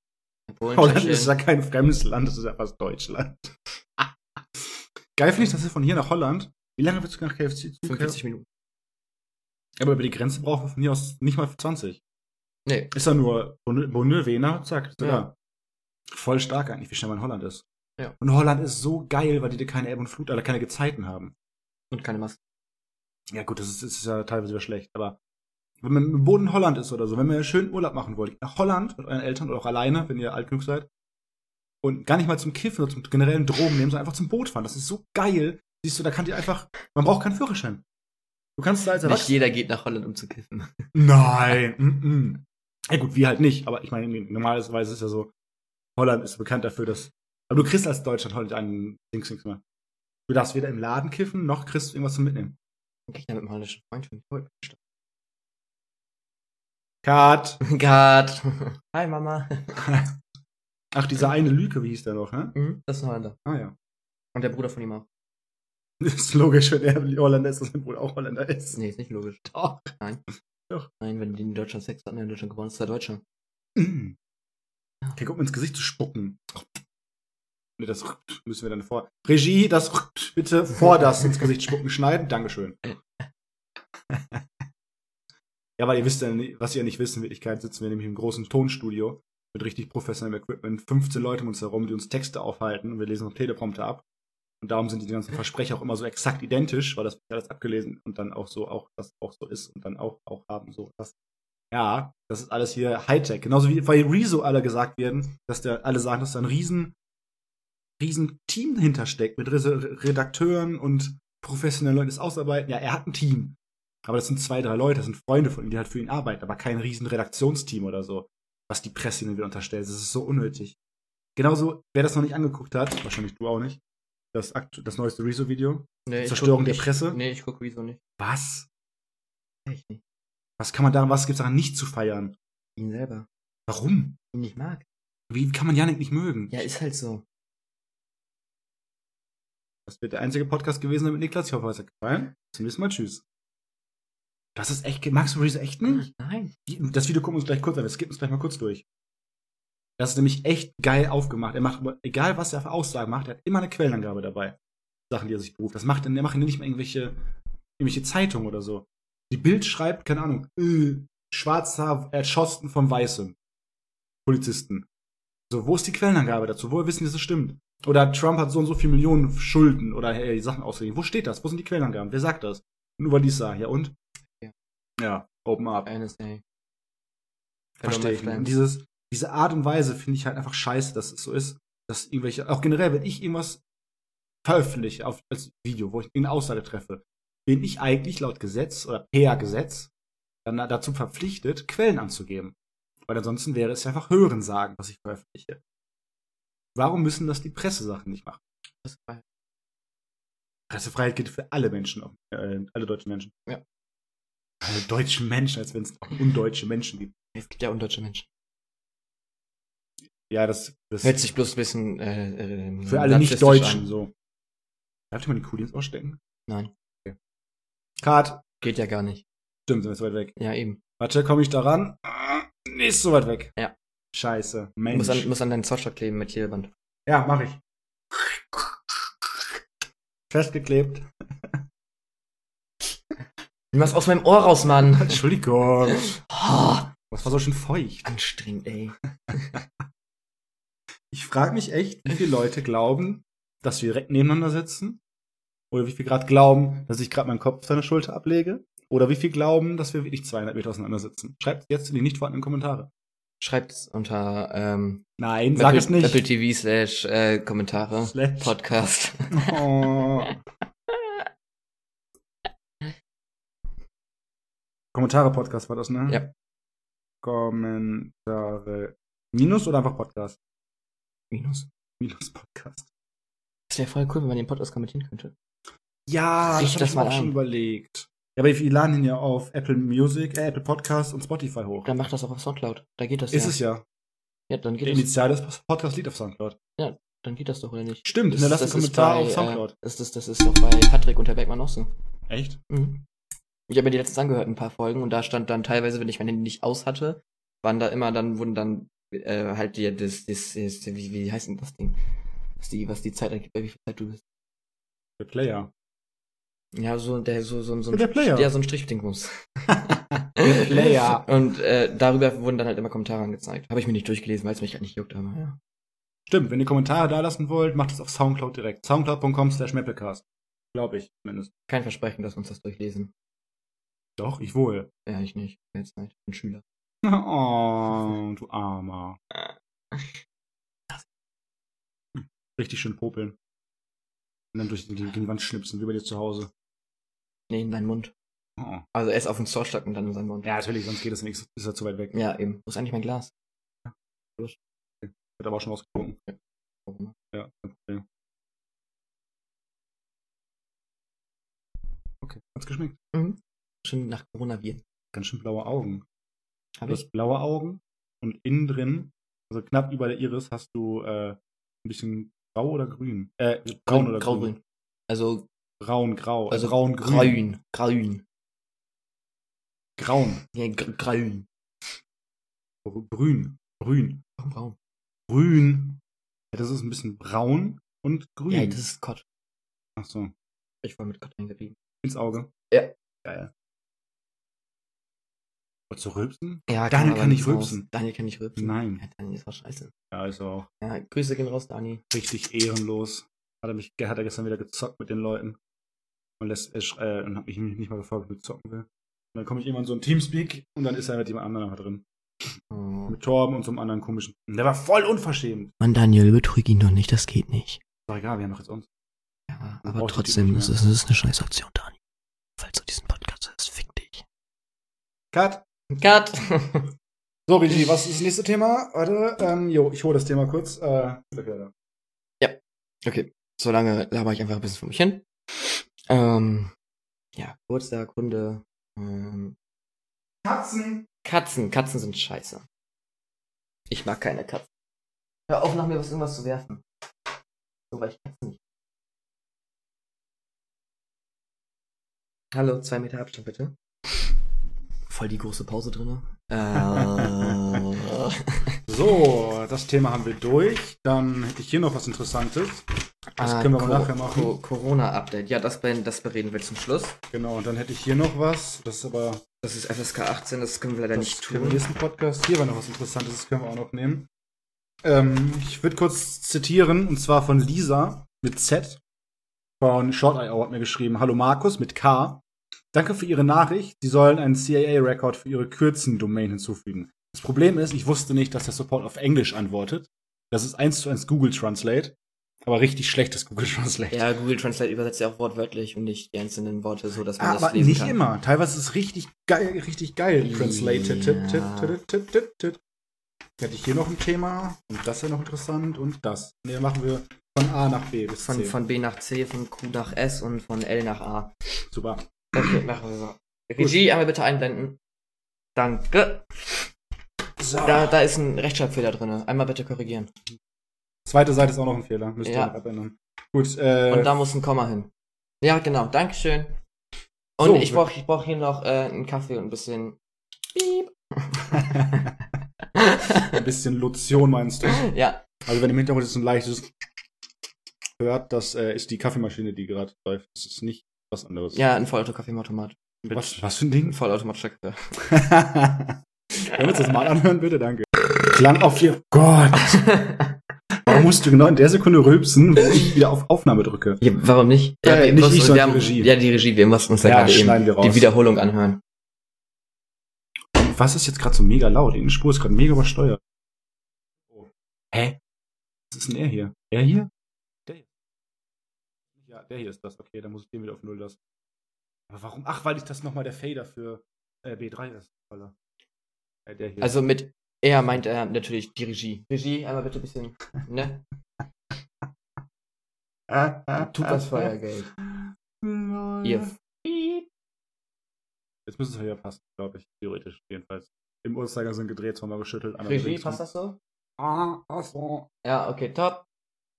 [SPEAKER 1] Polen,
[SPEAKER 2] [laughs] Holland
[SPEAKER 1] Tschechien.
[SPEAKER 2] ist ja kein fremdes Land, das ist ja fast Deutschland. Geil finde ich, dass wir von hier nach Holland. Wie lange willst du nach KFC zu?
[SPEAKER 1] 45 Minuten.
[SPEAKER 2] Aber über die Grenze brauchen wir von hier aus nicht mal 20.
[SPEAKER 1] Nee.
[SPEAKER 2] Ist ja nur Bunde, Bunde Wiener, zack, ist
[SPEAKER 1] Ja.
[SPEAKER 2] ja. Voll stark eigentlich, wie schnell man in Holland ist.
[SPEAKER 1] Ja.
[SPEAKER 2] Und Holland ist so geil, weil die da keine Ebb und Flut, oder keine Gezeiten haben.
[SPEAKER 1] Und keine Maske.
[SPEAKER 2] Ja gut, das ist, ist ja teilweise wieder schlecht, aber wenn man im Boden Holland ist oder so, wenn man schön Urlaub machen wollt, geht nach Holland mit euren Eltern oder auch alleine, wenn ihr alt genug seid, und gar nicht mal zum Kiffen oder zum generellen Drogen nehmen, sondern einfach zum Boot fahren. Das ist so geil. Siehst du, da kann die einfach, man braucht keinen Führerschein. Du kannst da als
[SPEAKER 1] Nicht
[SPEAKER 2] Erwachsener.
[SPEAKER 1] jeder geht nach Holland, um zu kiffen.
[SPEAKER 2] Nein. Mm -mm. Ja gut, wir halt nicht, aber ich meine, normalerweise ist ja so, Holland ist bekannt dafür, dass. Aber du kriegst als Deutschland heute einen Dings nichts mehr. Du darfst weder im Laden kiffen, noch kriegst du irgendwas zum Mitnehmen.
[SPEAKER 1] Dann kann ich ja mit meinem holländischen Freund schon voll starten.
[SPEAKER 2] Cut.
[SPEAKER 1] [laughs] Gart. Hi, Mama.
[SPEAKER 2] Ach, dieser eine Lüke, wie hieß der noch, ne?
[SPEAKER 1] [laughs] Mhm, das ist ein Holländer.
[SPEAKER 2] Ah ja. [laughs]
[SPEAKER 1] Und der Bruder von ihm auch.
[SPEAKER 2] Das ist logisch, wenn er Holländer ist, dass er wohl auch Holländer ist. Oh.
[SPEAKER 1] Nee, ist nicht logisch.
[SPEAKER 2] Doch.
[SPEAKER 1] Nein, wenn die in Deutschland Sex hatten, in Deutschland geboren ist, ist er Deutscher.
[SPEAKER 2] Mm. Okay, guck mir ins Gesicht zu spucken. Nee, das müssen wir dann vor. Regie, das bitte vor das ins Gesicht spucken schneiden. Dankeschön. Ja, weil ihr wisst ja, nie- was ihr nicht wisst, in Wirklichkeit sitzen wir nämlich im großen Tonstudio mit richtig professionellem Equipment, 15 Leute um uns herum, die uns Texte aufhalten und wir lesen noch Teleprompter ab. Und darum sind die ganzen Versprecher auch immer so exakt identisch, weil das wird alles abgelesen und dann auch so, auch, das auch so ist und dann auch, auch haben, so, das. Ja, das ist alles hier Hightech. Genauso wie bei Rezo alle gesagt werden, dass der, alle sagen, dass da ein riesen, riesen Team hintersteckt mit Re- Redakteuren und professionellen Leuten, das ausarbeiten. Ja, er hat ein Team. Aber das sind zwei, drei Leute, das sind Freunde von ihm, die halt für ihn arbeiten, aber kein riesen Redaktionsteam oder so, was die Presse ihnen wieder unterstellt. Das ist so unnötig. Genauso, wer das noch nicht angeguckt hat, wahrscheinlich du auch nicht, das, aktu- das neueste Rezo-Video,
[SPEAKER 1] Nee, ich
[SPEAKER 2] Zerstörung
[SPEAKER 1] guck
[SPEAKER 2] der
[SPEAKER 1] nicht-
[SPEAKER 2] Presse?
[SPEAKER 1] Nee, ich gucke Rezo nicht.
[SPEAKER 2] was?
[SPEAKER 1] Echt nicht.
[SPEAKER 2] Was kann man daran, was gibt's daran nicht zu feiern?
[SPEAKER 1] Ihn selber.
[SPEAKER 2] Warum?
[SPEAKER 1] Ihn nicht mag.
[SPEAKER 2] Wie kann man Janik nicht mögen?
[SPEAKER 1] Ja, ist halt so.
[SPEAKER 2] Das wird der einzige Podcast gewesen sein mit Niklas. Ich hoffe, es hat gefallen. Zum nächsten Mal. Tschüss. Das ist echt, ge- magst du Rezo echt
[SPEAKER 1] Hm.
[SPEAKER 2] nicht?
[SPEAKER 1] Nein.
[SPEAKER 2] Die- Das Video gucken wir uns gleich kurz an. Wir skippen es gleich mal kurz durch. Das ist nämlich echt geil aufgemacht. Er macht, aber- egal was er für Aussagen macht, er hat immer eine Quellenangabe dabei. Sachen, die er sich beruft. Das macht, er macht nicht mal irgendwelche, irgendwelche Zeitungen oder so. Die Bild schreibt, keine Ahnung, äh, Schwarzer erschossen von Weißem. Polizisten. So, wo ist die Quellenangabe dazu? Woher wissen wir, dass es stimmt? Oder Trump hat so und so viel Millionen Schulden oder hey, Sachen ausgegeben. Wo steht das? Wo sind die Quellenangaben? Wer sagt das? Nur weil die es sagen. Ja und?
[SPEAKER 1] Ja.
[SPEAKER 2] Ja, open up.
[SPEAKER 1] NSA.
[SPEAKER 2] Verstehe ich. nicht. Und
[SPEAKER 1] Diese
[SPEAKER 2] dieses, diese Art und Weise finde ich halt einfach scheiße, dass es so ist, dass irgendwelche, auch generell, wenn ich irgendwas veröffentliche auf, als Video, wo ich irgendeine Aussage treffe, bin ich eigentlich laut Gesetz oder per Gesetz dann dazu verpflichtet, Quellen anzugeben. Weil ansonsten wäre es ja einfach Hörensagen, was ich veröffentliche. Warum müssen das die Pressesachen nicht machen? Pressefreiheit gilt für alle Menschen, auf- äh, alle deutschen Menschen.
[SPEAKER 1] Ja.
[SPEAKER 2] Alle deutschen Menschen, als wenn es auch undeutsche Menschen gibt.
[SPEAKER 1] es gibt ja undeutsche Menschen.
[SPEAKER 2] Ja, das, das
[SPEAKER 1] Hört sich bloß ein bisschen äh, ähm,
[SPEAKER 2] Für alle
[SPEAKER 1] narzisstisch
[SPEAKER 2] Nicht-Deutschen,
[SPEAKER 1] an.
[SPEAKER 2] so. Darf ich mal die Kuli ins Ohr stecken?
[SPEAKER 1] Nein,
[SPEAKER 2] Card.
[SPEAKER 1] geht ja gar nicht.
[SPEAKER 2] Stimmt, sind wir zu weit weg.
[SPEAKER 1] Ja, eben.
[SPEAKER 2] Warte, komme ich da ran? Ah, Nee, ist so weit weg.
[SPEAKER 1] Ja.
[SPEAKER 2] Scheiße.
[SPEAKER 1] Du
[SPEAKER 2] Mensch.
[SPEAKER 1] musst an, musst an deinen Zauberstab kleben mit Klebeband.
[SPEAKER 2] ja, mach ich. Festgeklebt. [laughs]
[SPEAKER 1] Du machst aus meinem Ohr raus, [laughs] Mann.
[SPEAKER 2] Entschuldigung.
[SPEAKER 1] Oh,
[SPEAKER 2] Was war so schön feucht?
[SPEAKER 1] anstrengend, ey.
[SPEAKER 2] Ich frage mich echt, wie viele Leute glauben, dass wir direkt nebeneinander sitzen? Oder wie viel gerade glauben, dass ich gerade meinen Kopf auf deine Schulter ablege? Oder wie viel glauben, dass wir wirklich 200 Meter auseinander sitzen? Schreibt jetzt in die nicht vorhandenen Kommentare.
[SPEAKER 1] Schreibt's unter ähm,
[SPEAKER 2] Nein, sag
[SPEAKER 1] Apple,
[SPEAKER 2] es nicht.
[SPEAKER 1] Apple TV slash äh, Kommentare.
[SPEAKER 2] Slash. [laughs]
[SPEAKER 1] Podcast.
[SPEAKER 2] Oh. Kommentare-Podcast war das, ne?
[SPEAKER 1] Ja.
[SPEAKER 2] Kommentare. Minus oder einfach Podcast?
[SPEAKER 1] Minus.
[SPEAKER 2] Minus Podcast.
[SPEAKER 1] Das wäre voll cool, wenn man den Podcast kommentieren könnte.
[SPEAKER 2] Ja,
[SPEAKER 1] Richt
[SPEAKER 2] das hab
[SPEAKER 1] das
[SPEAKER 2] ich
[SPEAKER 1] mal
[SPEAKER 2] mir auch schon
[SPEAKER 1] ein.
[SPEAKER 2] überlegt. Ja, aber wir laden ihn ja auf Apple Music, äh, Apple Podcast und Spotify hoch.
[SPEAKER 1] Dann mach das auch auf Soundcloud. Da geht das
[SPEAKER 2] ist
[SPEAKER 1] ja.
[SPEAKER 2] es ja.
[SPEAKER 1] Ja, dann
[SPEAKER 2] Der
[SPEAKER 1] geht, das,
[SPEAKER 2] Initial des Podcast liegt auf Soundcloud.
[SPEAKER 1] dann geht das doch, oder nicht?
[SPEAKER 2] Stimmt,
[SPEAKER 1] Das-
[SPEAKER 2] ne, lass einen
[SPEAKER 1] das ist
[SPEAKER 2] Kommentar
[SPEAKER 1] bei,
[SPEAKER 2] auf Soundcloud.
[SPEAKER 1] Äh, ist das, das ist doch bei Patrick und Herr Beckmann auch so.
[SPEAKER 2] Echt?
[SPEAKER 1] Mhm. Ich habe mir die letztens angehört, ein paar Folgen, und da stand dann teilweise, wenn ich mein Handy nicht aus hatte, waren da immer, dann wurden dann äh, halt die, das, das, das wie, wie heißt denn das Ding? Was die, was die Zeit angibt, bei wie viel Zeit du bist.
[SPEAKER 2] Der Player.
[SPEAKER 1] Ja, so, der, so, so, so,
[SPEAKER 2] Der Player.
[SPEAKER 1] ja, so ein
[SPEAKER 2] [laughs]
[SPEAKER 1] Strichdingbums.
[SPEAKER 2] Player.
[SPEAKER 1] Und äh, darüber wurden dann halt immer Kommentare angezeigt. Habe ich mir nicht durchgelesen, weil es mich eigentlich juckt, aber ja.
[SPEAKER 2] Stimmt, wenn ihr Kommentare da lassen wollt, macht es auf Soundcloud direkt. Soundcloud.com slash Maplecast. Glaube ich, zumindest.
[SPEAKER 1] Kein Versprechen, dass wir uns das durchlesen.
[SPEAKER 2] Doch, ich wohl. [laughs]
[SPEAKER 1] Ja, ich nicht. Jetzt halt. Ich bin Schüler.
[SPEAKER 2] Oh, du Armer. Hm, Richtig schön popeln. Und dann durch die, gegen die Wand schnipsen, wie bei dir zu Hause.
[SPEAKER 1] Nee, in seinen Mund.
[SPEAKER 2] Oh.
[SPEAKER 1] Also erst auf den Zorstock und dann in seinen Mund.
[SPEAKER 2] Ja, natürlich, sonst geht es nichts. Ist ja zu weit weg.
[SPEAKER 1] Ja, eben. Wo ist eigentlich mein Glas?
[SPEAKER 2] Wird aber auch schon rausgetrunken.
[SPEAKER 1] Warum?
[SPEAKER 2] Ja, kein Problem. Okay, hat's geschmeckt.
[SPEAKER 1] Mhm. Schon nach Coronaviren.
[SPEAKER 2] Ganz schön blaue Augen.
[SPEAKER 1] Hab
[SPEAKER 2] Du hast blaue Augen und innen drin, also knapp über der Iris, hast du äh, ein bisschen grau oder grün? Äh, braun oder grün?
[SPEAKER 1] Graugrün. Also
[SPEAKER 2] Braun, grau.
[SPEAKER 1] Also
[SPEAKER 2] braun-grün.
[SPEAKER 1] grün. Grün.
[SPEAKER 2] Graun.
[SPEAKER 1] Ja, gr grün.
[SPEAKER 2] Grün. Grün.
[SPEAKER 1] Warum braun?
[SPEAKER 2] Grün. Ja, das ist ein bisschen braun und grün.
[SPEAKER 1] Ja, das ist Gott.
[SPEAKER 2] Ach so.
[SPEAKER 1] Ich war mit Gott eingerieben.
[SPEAKER 2] Ins Auge.
[SPEAKER 1] Ja.
[SPEAKER 2] Geil. Wolltest du rülpsen?
[SPEAKER 1] Ja,
[SPEAKER 2] Daniel
[SPEAKER 1] aber
[SPEAKER 2] kann nicht
[SPEAKER 1] raus.
[SPEAKER 2] rülpsen.
[SPEAKER 1] Daniel kann nicht rülpsen.
[SPEAKER 2] Nein.
[SPEAKER 1] Ja, Daniel ist auch scheiße.
[SPEAKER 2] Ja, ist auch
[SPEAKER 1] Ja, Grüße gehen raus, Dani.
[SPEAKER 2] richtig ehrenlos. Hat er, mich, hat er gestern wieder gezockt mit den Leuten. Und, lässt, er sch- äh, und hat mich nicht mal gefragt, ob ich zocken will. Und dann komme ich irgendwann so ein Teamspeak und dann ist er mit jemand anderem da drin.
[SPEAKER 1] Oh.
[SPEAKER 2] Mit Torben und so einem anderen komischen. Und Der war voll unverschämt.
[SPEAKER 1] Mann, Daniel, betrüg ihn doch nicht, das geht nicht.
[SPEAKER 2] War egal, wir haben doch jetzt uns.
[SPEAKER 1] Ja,
[SPEAKER 2] Man
[SPEAKER 1] aber
[SPEAKER 2] braucht die
[SPEAKER 1] trotzdem, ne?
[SPEAKER 2] Typen
[SPEAKER 1] das
[SPEAKER 2] nicht
[SPEAKER 1] ist, das ist eine scheiß Aktion, Daniel. Falls du diesen Podcast hörst, fick dich.
[SPEAKER 2] Cut.
[SPEAKER 1] Cut!
[SPEAKER 2] So, Rigi, was ist das nächste Thema? Warte, ähm, jo, ich hole das Thema kurz. Äh, okay,
[SPEAKER 1] [laughs] okay, solange laber ich einfach ein bisschen vor mich hin. Ähm, ja, Geburtstag, Hunde, ähm,
[SPEAKER 2] Katzen.
[SPEAKER 1] Katzen. Katzen sind scheiße. Ich mag keine Katzen. Hör auf, nach mir was irgendwas zu werfen. So, weil ich Katzen nicht. Hallo, zwei Meter Abstand bitte. Voll die große Pause drinne. [laughs] Äh,
[SPEAKER 2] So, das Thema haben wir durch. Dann hätte ich hier noch was Interessantes. Das
[SPEAKER 1] Ah,
[SPEAKER 2] können wir aber
[SPEAKER 1] Co-
[SPEAKER 2] nachher machen.
[SPEAKER 1] Co Corona-Update. Ja, das, be- das bereden wir zum Schluss.
[SPEAKER 2] Genau, und dann hätte ich hier noch was. Das ist aber
[SPEAKER 1] Das ist FSK 18, das können wir leider
[SPEAKER 2] das
[SPEAKER 1] nicht
[SPEAKER 2] können wir im
[SPEAKER 1] tun.
[SPEAKER 2] nächsten Podcast. Hier war noch was Interessantes, das können wir auch noch nehmen. Ähm, ich würde kurz zitieren, und zwar von Lisa mit Z. Von Short IO hat mir geschrieben: Hallo Markus mit K. Danke für Ihre Nachricht. Sie sollen einen CIA-Record für Ihre kürzen Domain hinzufügen. Das Problem ist, ich wusste nicht, dass der Support auf Englisch antwortet. Das ist eins zu eins Google Translate. Aber richtig schlechtes Google Translate.
[SPEAKER 1] Ja, Google Translate übersetzt ja auch wortwörtlich und nicht die einzelnen Worte, so dass man
[SPEAKER 2] Aber
[SPEAKER 1] das lesen
[SPEAKER 2] nicht
[SPEAKER 1] kann.
[SPEAKER 2] immer. Teilweise ist es richtig geil, richtig geil. Translated. Tip, tip,
[SPEAKER 1] Ja.
[SPEAKER 2] tip, tip, tip, tip. Hätte ich hier noch ein Thema und das wäre noch interessant und das. Ne, dann machen wir von A nach B bis
[SPEAKER 1] Von,
[SPEAKER 2] C.
[SPEAKER 1] von B nach C, von Q nach S und von L nach A.
[SPEAKER 2] Super.
[SPEAKER 1] Okay, machen wir so. Regie einmal bitte einblenden. Danke.
[SPEAKER 2] So.
[SPEAKER 1] Da, da ist ein Rechtschreibfehler drin. Einmal bitte korrigieren.
[SPEAKER 2] Zweite Seite ist auch noch ein Fehler. Müsst ihr
[SPEAKER 1] Ja.
[SPEAKER 2] noch abändern. Gut, äh,
[SPEAKER 1] Und da muss ein Komma hin. Ja, genau. Dankeschön. Und
[SPEAKER 2] So,
[SPEAKER 1] ich
[SPEAKER 2] wir-
[SPEAKER 1] brauche ich brauch hier noch äh, einen Kaffee und ein bisschen. Piep.
[SPEAKER 2] ein bisschen Lotion meinst du.
[SPEAKER 1] ja,
[SPEAKER 2] Also wenn im Hintergrund jetzt ein leichtes hört, das äh, ist die Kaffeemaschine, die gerade läuft. Das ist nicht was anderes.
[SPEAKER 1] ja, ein Vollauto-Kaffeeautomat.
[SPEAKER 2] Was, was für ein
[SPEAKER 1] Ein
[SPEAKER 2] Ding?
[SPEAKER 1] vollautomatischer Kaffee.
[SPEAKER 2] [laughs] Können wir uns das mal anhören, bitte? Danke. Klang auf dir. Gott. [laughs] Warum musst du genau in der Sekunde rülpsen, wo ich wieder auf Aufnahme drücke?
[SPEAKER 1] Ja, warum nicht?
[SPEAKER 2] Ja,
[SPEAKER 1] wir
[SPEAKER 2] ja, Äh, nicht
[SPEAKER 1] mussten-
[SPEAKER 2] ich,
[SPEAKER 1] wir
[SPEAKER 2] sondern
[SPEAKER 1] haben,
[SPEAKER 2] die Regie.
[SPEAKER 1] Ja, die Regie, wir mussten uns ja,
[SPEAKER 2] Ja,
[SPEAKER 1] gerade eben
[SPEAKER 2] schneiden wir raus.
[SPEAKER 1] die Wiederholung anhören.
[SPEAKER 2] Was ist jetzt gerade so mega laut? Die Spur ist gerade mega übersteuert. Hä? Was ist denn er hier? Er hier? Der hier. Ja, der hier ist das. Okay, dann muss ich den wieder auf Null lassen. Aber warum? Ach, weil ich das nochmal der Fader für äh, B3 ist. Weil er- Äh, der hier.
[SPEAKER 1] Also mit er meint er natürlich die Regie. Regie, einmal bitte ein bisschen, ne?
[SPEAKER 2] Äh,
[SPEAKER 1] Tut das Feuergeld. Ihr. F-
[SPEAKER 2] Jetzt müsste es ja passen, glaube ich, theoretisch jedenfalls. Im Uhrzeigersinn gedreht, zweimal geschüttelt. einmal
[SPEAKER 1] Regie,
[SPEAKER 2] links.
[SPEAKER 1] passt das so?
[SPEAKER 2] Ah, ach so.
[SPEAKER 1] Ja, okay, top.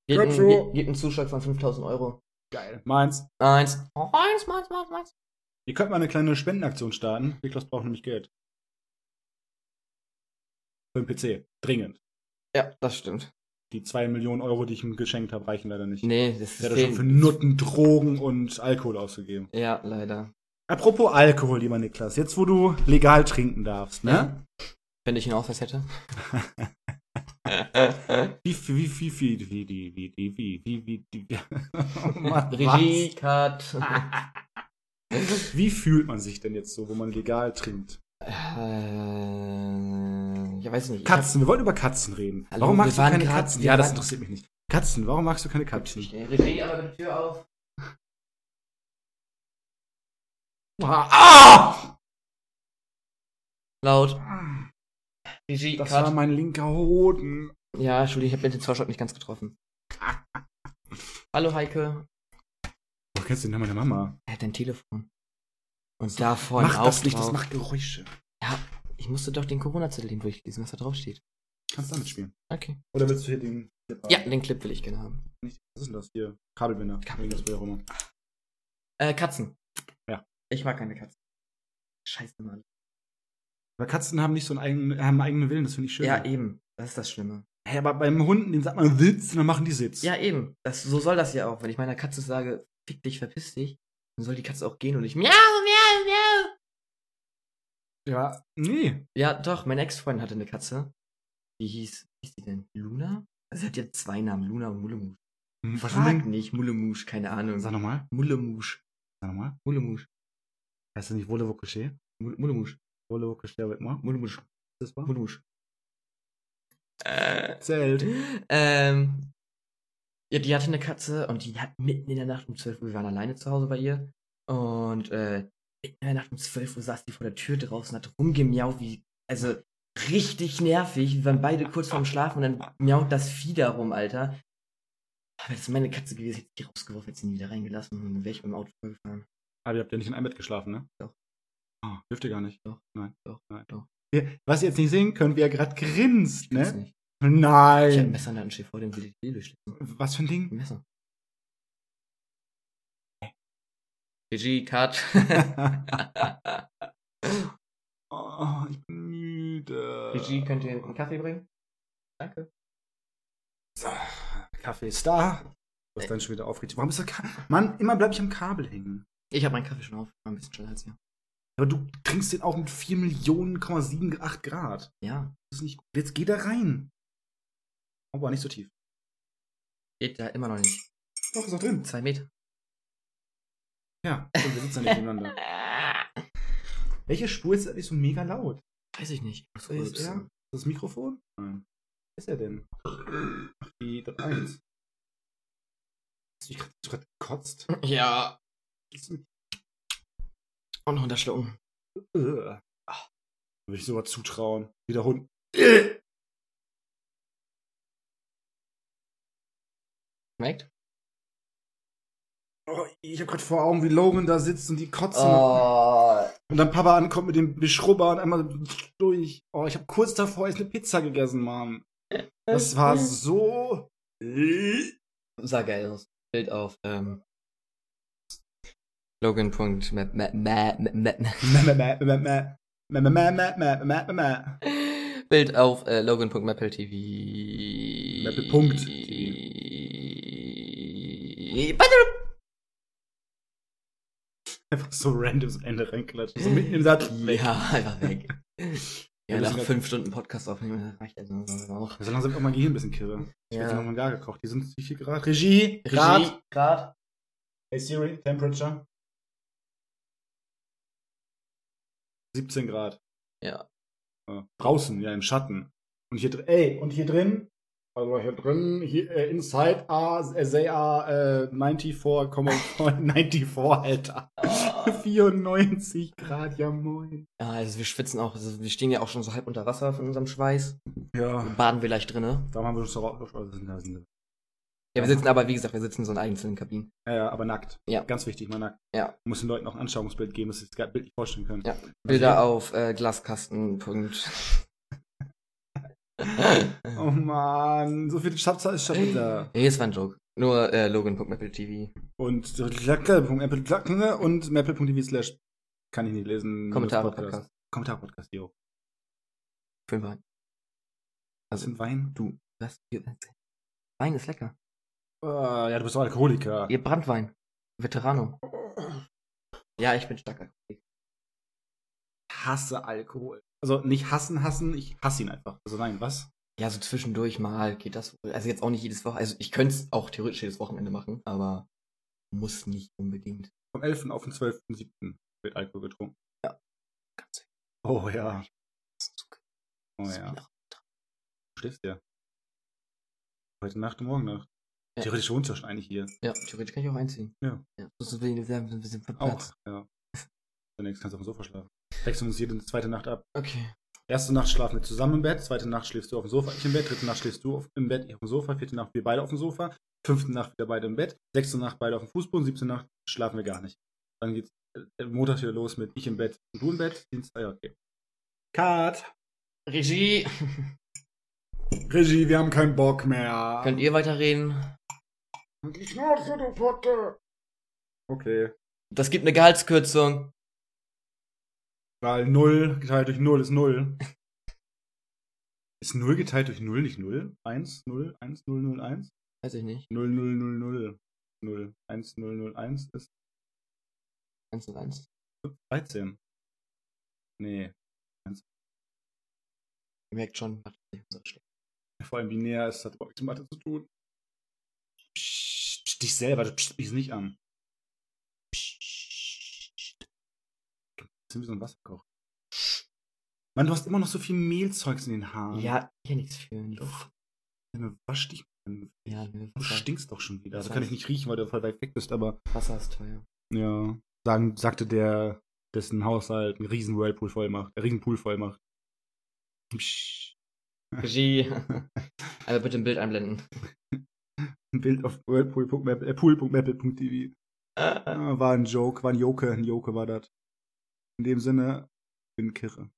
[SPEAKER 1] Gibt
[SPEAKER 2] Gut
[SPEAKER 1] einen,
[SPEAKER 2] so.
[SPEAKER 1] ge- gibt einen Zuschlag von 5000 Euro.
[SPEAKER 2] Geil. Meins.
[SPEAKER 1] Eins. Eins, eins, eins, eins.
[SPEAKER 2] Ihr könnt mal eine kleine Spendenaktion starten. Niklas braucht nämlich Geld. Für den PC. Dringend.
[SPEAKER 1] Ja, das stimmt.
[SPEAKER 2] Die zwei Millionen Euro, die ich ihm geschenkt habe, reichen leider nicht.
[SPEAKER 1] Nee, das
[SPEAKER 2] Ich hätte schon
[SPEAKER 1] fehlt-
[SPEAKER 2] für Nutten, Drogen und Alkohol ausgegeben.
[SPEAKER 1] Ja, leider.
[SPEAKER 2] Apropos Alkohol, lieber Niklas. Jetzt, wo du legal trinken darfst, ne?
[SPEAKER 1] Wenn ich ihn auch was [laughs] hätte.
[SPEAKER 2] Wie, wie, wie, wie, wie, wie, wie, wie, wie, wie, wie, wie, [laughs] oh
[SPEAKER 1] [laughs]
[SPEAKER 2] Mann,
[SPEAKER 1] Regie, Cut.
[SPEAKER 2] was? Wie fühlt man sich denn jetzt so, wo man legal trinkt?
[SPEAKER 1] Äh, ich weiß nicht. Ich
[SPEAKER 2] Katzen, wir wollten über Katzen reden.
[SPEAKER 1] Hallo,
[SPEAKER 2] warum
[SPEAKER 1] wir
[SPEAKER 2] magst du
[SPEAKER 1] waren
[SPEAKER 2] keine
[SPEAKER 1] grad-
[SPEAKER 2] Katzen?
[SPEAKER 1] wir
[SPEAKER 2] Ja, das
[SPEAKER 1] waren-
[SPEAKER 2] interessiert mich nicht. Katzen, warum magst du keine Katzen?
[SPEAKER 1] Hab, Äh, Regie, aber die Tür auf.
[SPEAKER 2] Ah!
[SPEAKER 1] Laut. Regie,
[SPEAKER 2] Das
[SPEAKER 1] Cut.
[SPEAKER 2] war mein linker Hoden.
[SPEAKER 1] Ja, Entschuldigung, ich habe den Vorschlag nicht ganz getroffen. Hallo Heike.
[SPEAKER 2] Wo Oh, kennst du den Namen meiner Mama?
[SPEAKER 1] Er hat dein Telefon. Und da vorne
[SPEAKER 2] Mach
[SPEAKER 1] auch
[SPEAKER 2] das nicht, das
[SPEAKER 1] drauf.
[SPEAKER 2] macht Geräusche.
[SPEAKER 1] Ich musste doch den Corona-Zettel hin durchlesen, was da drauf steht.
[SPEAKER 2] Kannst damit spielen.
[SPEAKER 1] Okay.
[SPEAKER 2] Oder willst du hier den Clip
[SPEAKER 1] Ja,
[SPEAKER 2] haben?
[SPEAKER 1] den Clip will ich gerne haben.
[SPEAKER 2] Nicht- Was ist denn das hier? Kabelbinder.
[SPEAKER 1] Kabelbinder.
[SPEAKER 2] Irgendwas, wer auch immer.
[SPEAKER 1] Äh, Katzen.
[SPEAKER 2] Ja.
[SPEAKER 1] Ich mag keine Katzen. Scheiße, Mann.
[SPEAKER 2] Aber Katzen haben nicht so einen eigenen, haben einen eigenen Willen, das finde ich schön.
[SPEAKER 1] Ja, eben. Das ist das Schlimme.
[SPEAKER 2] Hey, aber beim Hunden, den sagt man Sitz und dann machen die Sitz.
[SPEAKER 1] Ja, eben. Das, so soll das ja auch. Wenn ich meiner Katze sage, fick dich, verpiss dich, dann soll die Katze auch gehen und ich miau, miau, miau.
[SPEAKER 2] ja. Nee.
[SPEAKER 1] Ja, doch, meine Ex-Freundin hatte eine Katze. Die hieß, wie hieß die denn? Luna? Also sie hat ja zwei Namen, Luna und Mulemus. Hm,
[SPEAKER 2] Was
[SPEAKER 1] Frag
[SPEAKER 2] denn?
[SPEAKER 1] nicht, Mullemusch, keine Ahnung.
[SPEAKER 2] Sag nochmal.
[SPEAKER 1] Mullemusch,
[SPEAKER 2] Sag nochmal.
[SPEAKER 1] Mullemusch,
[SPEAKER 2] Heißt das nicht Wolle-Wokkesche?
[SPEAKER 1] Mull- Mullemusch,
[SPEAKER 2] Wolle-Wokkesche, wird mal.
[SPEAKER 1] Mullemusch,
[SPEAKER 2] Das war.
[SPEAKER 1] Mullemusch. Äh,
[SPEAKER 2] Zelt.
[SPEAKER 1] ähm, ja, die hatte eine Katze und die hat mitten in der Nacht um 12 Uhr, wir waren alleine zu Hause bei ihr, und äh, mitten in der Nacht um 12 Uhr saß die vor der Tür draußen, hat rumgemiau wie, also richtig nervig, wir waren beide kurz vorm Schlafen und dann miaut das Vieh da rum, Alter. Aber das ist meine Katze gewesen, hätte ich die rausgeworfen, hätte sie nie wieder reingelassen und dann wäre ich mit dem Auto vollgefahren.
[SPEAKER 2] Aber Ah, ihr habt ja nicht in einem Bett geschlafen, ne?
[SPEAKER 1] Doch.
[SPEAKER 2] Ah, dürft ihr gar nicht.
[SPEAKER 1] Doch.
[SPEAKER 2] Nein.
[SPEAKER 1] Doch.
[SPEAKER 2] Nein.
[SPEAKER 1] Doch.
[SPEAKER 2] Wir, was ihr jetzt nicht sehen könnt, wie er gerade grinst,
[SPEAKER 1] Ich weiß
[SPEAKER 2] ne?
[SPEAKER 1] nicht. Ich hab ein
[SPEAKER 2] Nein.
[SPEAKER 1] Messer in der Hand, stell dir vor dem will ich die durchschnitzen.
[SPEAKER 2] Was für ein Ding?
[SPEAKER 1] Ein Messer. GG, [laughs] Cut.
[SPEAKER 2] oh, ich bin müde.
[SPEAKER 1] GG, könnt ihr einen Kaffee bringen? Danke.
[SPEAKER 2] So, Kaffee ist da. Du hast dann schon wieder aufgeregt. Warum bist du Ka Mann, immer bleib ich am Kabel hängen.
[SPEAKER 1] Ich habe meinen Kaffee schon auf, war ein bisschen schneller als ihr.
[SPEAKER 2] Aber du trinkst den auch mit 4 Millionen,78 Grad.
[SPEAKER 1] Ja,
[SPEAKER 2] Das ist nicht gut. Jetzt geh da rein. Aber nicht so tief.
[SPEAKER 1] geht da immer noch nicht.
[SPEAKER 2] Doch, ist noch drin.
[SPEAKER 1] Zwei Meter.
[SPEAKER 2] Ja, und wir sitzen ja nicht [laughs] nebeneinander. Welche Spur ist eigentlich so mega laut?
[SPEAKER 1] Weiß ich nicht. Ich muss
[SPEAKER 2] Ist er?
[SPEAKER 1] rülpsen.
[SPEAKER 2] Ist das Mikrofon? Nein. Was ist er denn? Ach, Die 3-1. Hast du dich grad- hast du gerade gekotzt?
[SPEAKER 1] Ja. Und noch unterschlucken.
[SPEAKER 2] Äh. Ach, Würde ich sogar zutrauen. Wie der Hund.
[SPEAKER 1] Schmeckt?
[SPEAKER 2] Oh, ich habe gerade vor Augen, wie Logan da sitzt und die kotzen.
[SPEAKER 1] Oh,
[SPEAKER 2] Und dann Papa ankommt mit dem Beschrubber und einmal durch. Oh, ich habe kurz davor erst eine Pizza gegessen, Mann. Das [laughs] war so.
[SPEAKER 1] Sah geil aus. Bild auf, ähm. Logan.map. map- map- map- map-
[SPEAKER 2] Mapple
[SPEAKER 1] [laughs] Bild auf äh, logan.mappletv.
[SPEAKER 2] Maple Punkt. Einfach so random zum Ende reinklatschen. So mitten im Satz.
[SPEAKER 1] [laughs]
[SPEAKER 2] Weg.
[SPEAKER 1] Ja, einfach weg. ja,
[SPEAKER 2] Wir
[SPEAKER 1] nach
[SPEAKER 2] müssen-
[SPEAKER 1] fünf Stunden Podcast aufnehmen, das reicht also auch.
[SPEAKER 2] Wir sollen langsam auch mal Gehirn ein bisschen kirre. Ich
[SPEAKER 1] Ja.
[SPEAKER 2] werde nochmal gar gekocht. Die sind wie viel Grad?
[SPEAKER 1] Regie,
[SPEAKER 2] Regie, Grad.
[SPEAKER 1] Grad.
[SPEAKER 2] Hey Siri, Temperature. 17 Grad.
[SPEAKER 1] Ja.
[SPEAKER 2] Äh, Draußen, ja, im Schatten. Und hier drin, ey, und hier drin, also hier drin, hier, äh, inside are, äh, they are, äh, [laughs] 94,94, 94, Alter. [laughs]
[SPEAKER 1] Ah,
[SPEAKER 2] 94 Grad, ja moin.
[SPEAKER 1] also wir schwitzen auch, also wir stehen ja auch schon so halb unter Wasser von unserem Schweiß.
[SPEAKER 2] Ja.
[SPEAKER 1] Baden wir leicht drinne.
[SPEAKER 2] Darum haben wir uns so raus. oh, sind da, sind da.
[SPEAKER 1] Ja, wir sitzen aber, wie gesagt, wir sitzen in so in einzelnen Kabinen.
[SPEAKER 2] Ja, ja, Äh, aber nackt.
[SPEAKER 1] Ja.
[SPEAKER 2] Ganz wichtig, mal nackt.
[SPEAKER 1] Ja.
[SPEAKER 2] Muss den Leuten auch ein Anschauungsbild geben, dass sie das Bild nicht vorstellen können.
[SPEAKER 1] Ja. Bilder
[SPEAKER 2] Also-
[SPEAKER 1] auf äh, Glaskasten. Punkt.
[SPEAKER 2] [laughs]
[SPEAKER 1] [laughs]
[SPEAKER 2] Oh Mann, so viele Schatz ist schon wieder.
[SPEAKER 1] Nee, es war ein Joke. Nur äh, logan.mappletv.
[SPEAKER 2] Und Glacke.apple.glacke ne? und maple.tv slash kann ich nicht lesen.
[SPEAKER 1] Kommentare,
[SPEAKER 2] Podcast.
[SPEAKER 1] Podcast.
[SPEAKER 2] Kommentar Podcast, jo.
[SPEAKER 1] Für den Wein. Also
[SPEAKER 2] Was für ein Wein?
[SPEAKER 1] Du, was? Ihr- Wein ist lecker.
[SPEAKER 2] Äh, ja, du bist doch Alkoholiker.
[SPEAKER 1] Ihr Brandwein. Veterano. Ja, ich bin stark. alkoholisch.
[SPEAKER 2] Ich hasse Alkohol. Also nicht hassen, hassen, ich hasse ihn einfach. Also nein, was?
[SPEAKER 1] Ja, so zwischendurch mal geht das wohl. Also jetzt auch nicht jedes Wochenende. Also ich könnte es auch theoretisch jedes Wochenende machen, aber muss nicht unbedingt.
[SPEAKER 2] Vom 11. auf den 12.7. wird Alkohol getrunken.
[SPEAKER 1] Ganz
[SPEAKER 2] Oh ja.
[SPEAKER 1] Zucker.
[SPEAKER 2] Oh ja. Schläfst ja. Heute Nacht und morgen
[SPEAKER 1] Hm.
[SPEAKER 2] Nacht.
[SPEAKER 1] Ja.
[SPEAKER 2] Theoretisch wohnst du ja schon eigentlich hier.
[SPEAKER 1] Ja, theoretisch kann ich auch einziehen.
[SPEAKER 2] Ja.
[SPEAKER 1] ja. Das ist ein bisschen, ein bisschen verplatzt.
[SPEAKER 2] Auch.
[SPEAKER 1] [laughs]
[SPEAKER 2] Ja. Zunächst kannst du auf dem Sofa schlafen. Wechseln uns jede zweite Nacht ab.
[SPEAKER 1] Okay.
[SPEAKER 2] Erste Nacht schlafen wir zusammen im Bett, zweite Nacht schläfst du auf dem Sofa, ich im Bett, dritte Nacht schläfst du auf, im Bett, ich auf dem Sofa, vierte Nacht wir beide auf dem Sofa, fünfte Nacht wieder beide im Bett, sechste Nacht beide auf dem Fußboden, siebte Nacht schlafen wir gar nicht. Dann geht's äh, Montag wieder los mit ich im Bett und du im Bett, Dienstag, ja, okay. Cut!
[SPEAKER 1] Regie,
[SPEAKER 2] Regie, wir haben keinen Bock mehr.
[SPEAKER 1] könnt ihr weiterreden?
[SPEAKER 2] Die Schnauze, du Potte! Okay.
[SPEAKER 1] Das gibt eine Gehaltskürzung.
[SPEAKER 2] Weil 0 geteilt durch 0 ist 0. Ist 0 geteilt durch 0 nicht 0? 1, 0, 1, 0, 0, 1?
[SPEAKER 1] Weiß ich nicht.
[SPEAKER 2] 0, 0, 0, 0. 0, 1, 0, 0, 1 ist
[SPEAKER 1] Eins zu eins.
[SPEAKER 2] 13. Nee,
[SPEAKER 1] Ihr merkt schon, macht nicht unsere Stimme.
[SPEAKER 2] vor allem binär ist das überhaupt nichts mit Mathe zu tun. Psst, psst, dich selber, du psst mich nicht an. Das sind wie so ein Wasserkocher. Mann, du hast immer noch so viel Mehlzeugs in den Haaren.
[SPEAKER 1] Ja, ja, nichts für nicht.
[SPEAKER 2] Doch. Dann Wasch dich. mal.
[SPEAKER 1] Ja, ne,
[SPEAKER 2] Du
[SPEAKER 1] Wasser,
[SPEAKER 2] stinkst doch schon wieder. Also
[SPEAKER 1] Wasser
[SPEAKER 2] kann ich
[SPEAKER 1] ist-
[SPEAKER 2] nicht riechen, weil du voll weit weg bist, aber
[SPEAKER 1] Wasser ist teuer.
[SPEAKER 2] ja. Sagen, sagte der, dessen Haushalt einen riesen Whirlpool voll macht, äh, riesen Pool voll macht. Psst.
[SPEAKER 1] Regie. [laughs] Aber bitte ein Bild einblenden.
[SPEAKER 2] Ein Bild auf whirlpool.map- äh, pool.maple.tv. Ja, Ah, war ein Joke, war ein Joke, ein Joke war das. In dem Sinne, bin Kirre.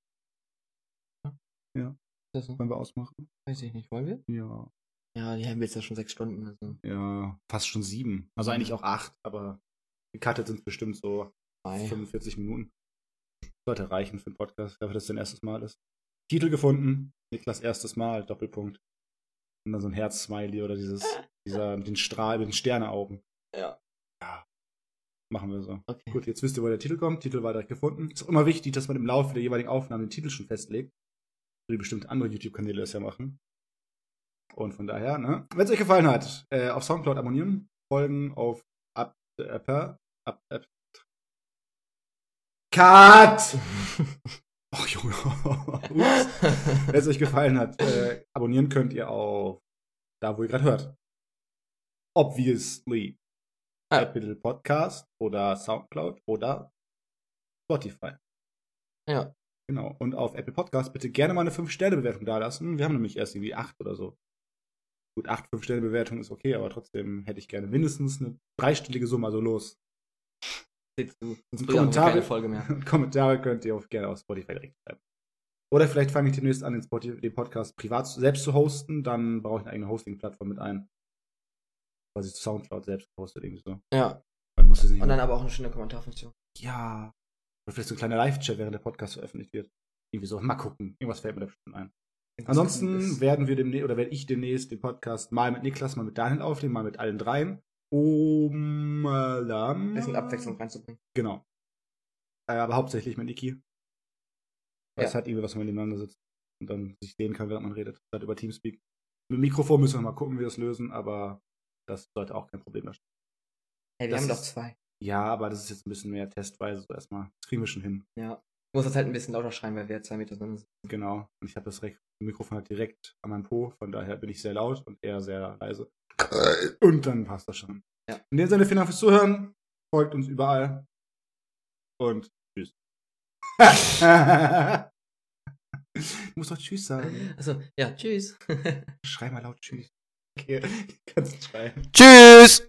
[SPEAKER 1] Das noch?
[SPEAKER 2] Wollen wir ausmachen?
[SPEAKER 1] weiß ich nicht. Wollen wir?
[SPEAKER 2] Ja.
[SPEAKER 1] Ja, die haben jetzt ja schon sechs Stunden. Also
[SPEAKER 2] Ja, fast schon sieben. Also eigentlich auch acht, aber gecuttet sind bestimmt so
[SPEAKER 1] zwei.
[SPEAKER 2] 45 Minuten. Sollte reichen für den Podcast, dafür, dass es dein erstes Mal ist. Titel gefunden, Niklas erstes Mal, Doppelpunkt. Und dann so ein Herz-Smiley oder dieses, dieser mit den Strahl, mit den Sterneaugen.
[SPEAKER 1] Ja.
[SPEAKER 2] Ja. Machen wir so.
[SPEAKER 1] Okay. [laughs]
[SPEAKER 2] Gut, [laughs] jetzt wisst ihr, wo der Titel kommt. Titel war direkt gefunden. Ist auch immer wichtig, dass man im Laufe der jeweiligen Aufnahme den Titel schon festlegt. So wie bestimmte andere YouTube-Kanäle das ja machen. Und von daher, ne? Wenn es euch gefallen hat, äh, auf Soundcloud abonnieren, folgen auf App, App, App, App. Cut! Oh, Junge. [laughs] Ups. Wenn es euch gefallen hat, äh, abonnieren könnt ihr auf da, wo ihr gerade hört. Obviously.
[SPEAKER 1] Ah.
[SPEAKER 2] Apple Podcast oder Soundcloud oder Spotify.
[SPEAKER 1] Ja.
[SPEAKER 2] Genau. Und auf Apple Podcast bitte gerne mal eine 5-Sterne-Bewertung dalassen. Wir haben nämlich erst irgendwie 8 oder so. Gut, 8 5-Sterne-Bewertungen ist okay, aber trotzdem hätte ich gerne mindestens eine dreistellige Summe, also los.
[SPEAKER 1] Siehst du. Sonst bringt auch
[SPEAKER 2] Kommentare-
[SPEAKER 1] keine Folge mehr.
[SPEAKER 2] Und [laughs] Kommentare könnt ihr auch gerne auf Spotify direkt schreiben. Oder vielleicht fange ich demnächst an, den, Spotify, den Podcast privat zu- selbst zu hosten. Dann brauche ich eine eigene Hosting-Plattform mit ein. Quasi Soundcloud selbst hostet irgendwie so.
[SPEAKER 1] Ja.
[SPEAKER 2] Dann muss es nicht
[SPEAKER 1] Und dann aber auch eine schöne Kommentarfunktion.
[SPEAKER 2] ja. Oder vielleicht so ein kleiner Live-Chat, während der Podcast veröffentlicht wird. Irgendwie so, mal gucken. Irgendwas fällt mir da bestimmt ein. Ansonsten
[SPEAKER 1] Ist-
[SPEAKER 2] werden wir demnächst, oder werde ich demnächst den Podcast mal mit Niklas, mal mit Daniel aufnehmen, mal mit allen dreien. Um, äh, dann-
[SPEAKER 1] bisschen Abwechslung reinzubringen.
[SPEAKER 2] Genau. Äh, aber hauptsächlich mit Niki.
[SPEAKER 1] Ja.
[SPEAKER 2] Es hat irgendwie was, wenn man nebeneinander sitzt und dann sich sehen kann, während man redet. Statt über Teamspeak. Mit dem Mikrofon müssen wir mal gucken, wie wir das lösen, aber das sollte auch kein Problem darstellen.
[SPEAKER 1] Hey, wir
[SPEAKER 2] Das
[SPEAKER 1] haben
[SPEAKER 2] ist-
[SPEAKER 1] doch zwei.
[SPEAKER 2] Ja, aber das ist jetzt ein bisschen mehr testweise so erstmal. Das kriegen wir schon hin.
[SPEAKER 1] Ja. Ich muss das halt ein bisschen lauter schreien, weil wir ja zwei Meter auseinander sind.
[SPEAKER 2] Genau. Und ich habe das Rek- Mikrofon halt direkt an meinem Po, von daher bin ich sehr laut und er sehr leise. Und dann passt das schon.
[SPEAKER 1] Ja.
[SPEAKER 2] In dem Sinne, vielen Dank fürs Zuhören. Folgt uns überall. Und tschüss. [laughs] du musst doch Tschüss sagen.
[SPEAKER 1] Achso, ja,
[SPEAKER 2] [laughs]
[SPEAKER 1] tschüss.
[SPEAKER 2] Schrei mal laut Tschüss. Okay, kannst schreien.
[SPEAKER 1] tschüss!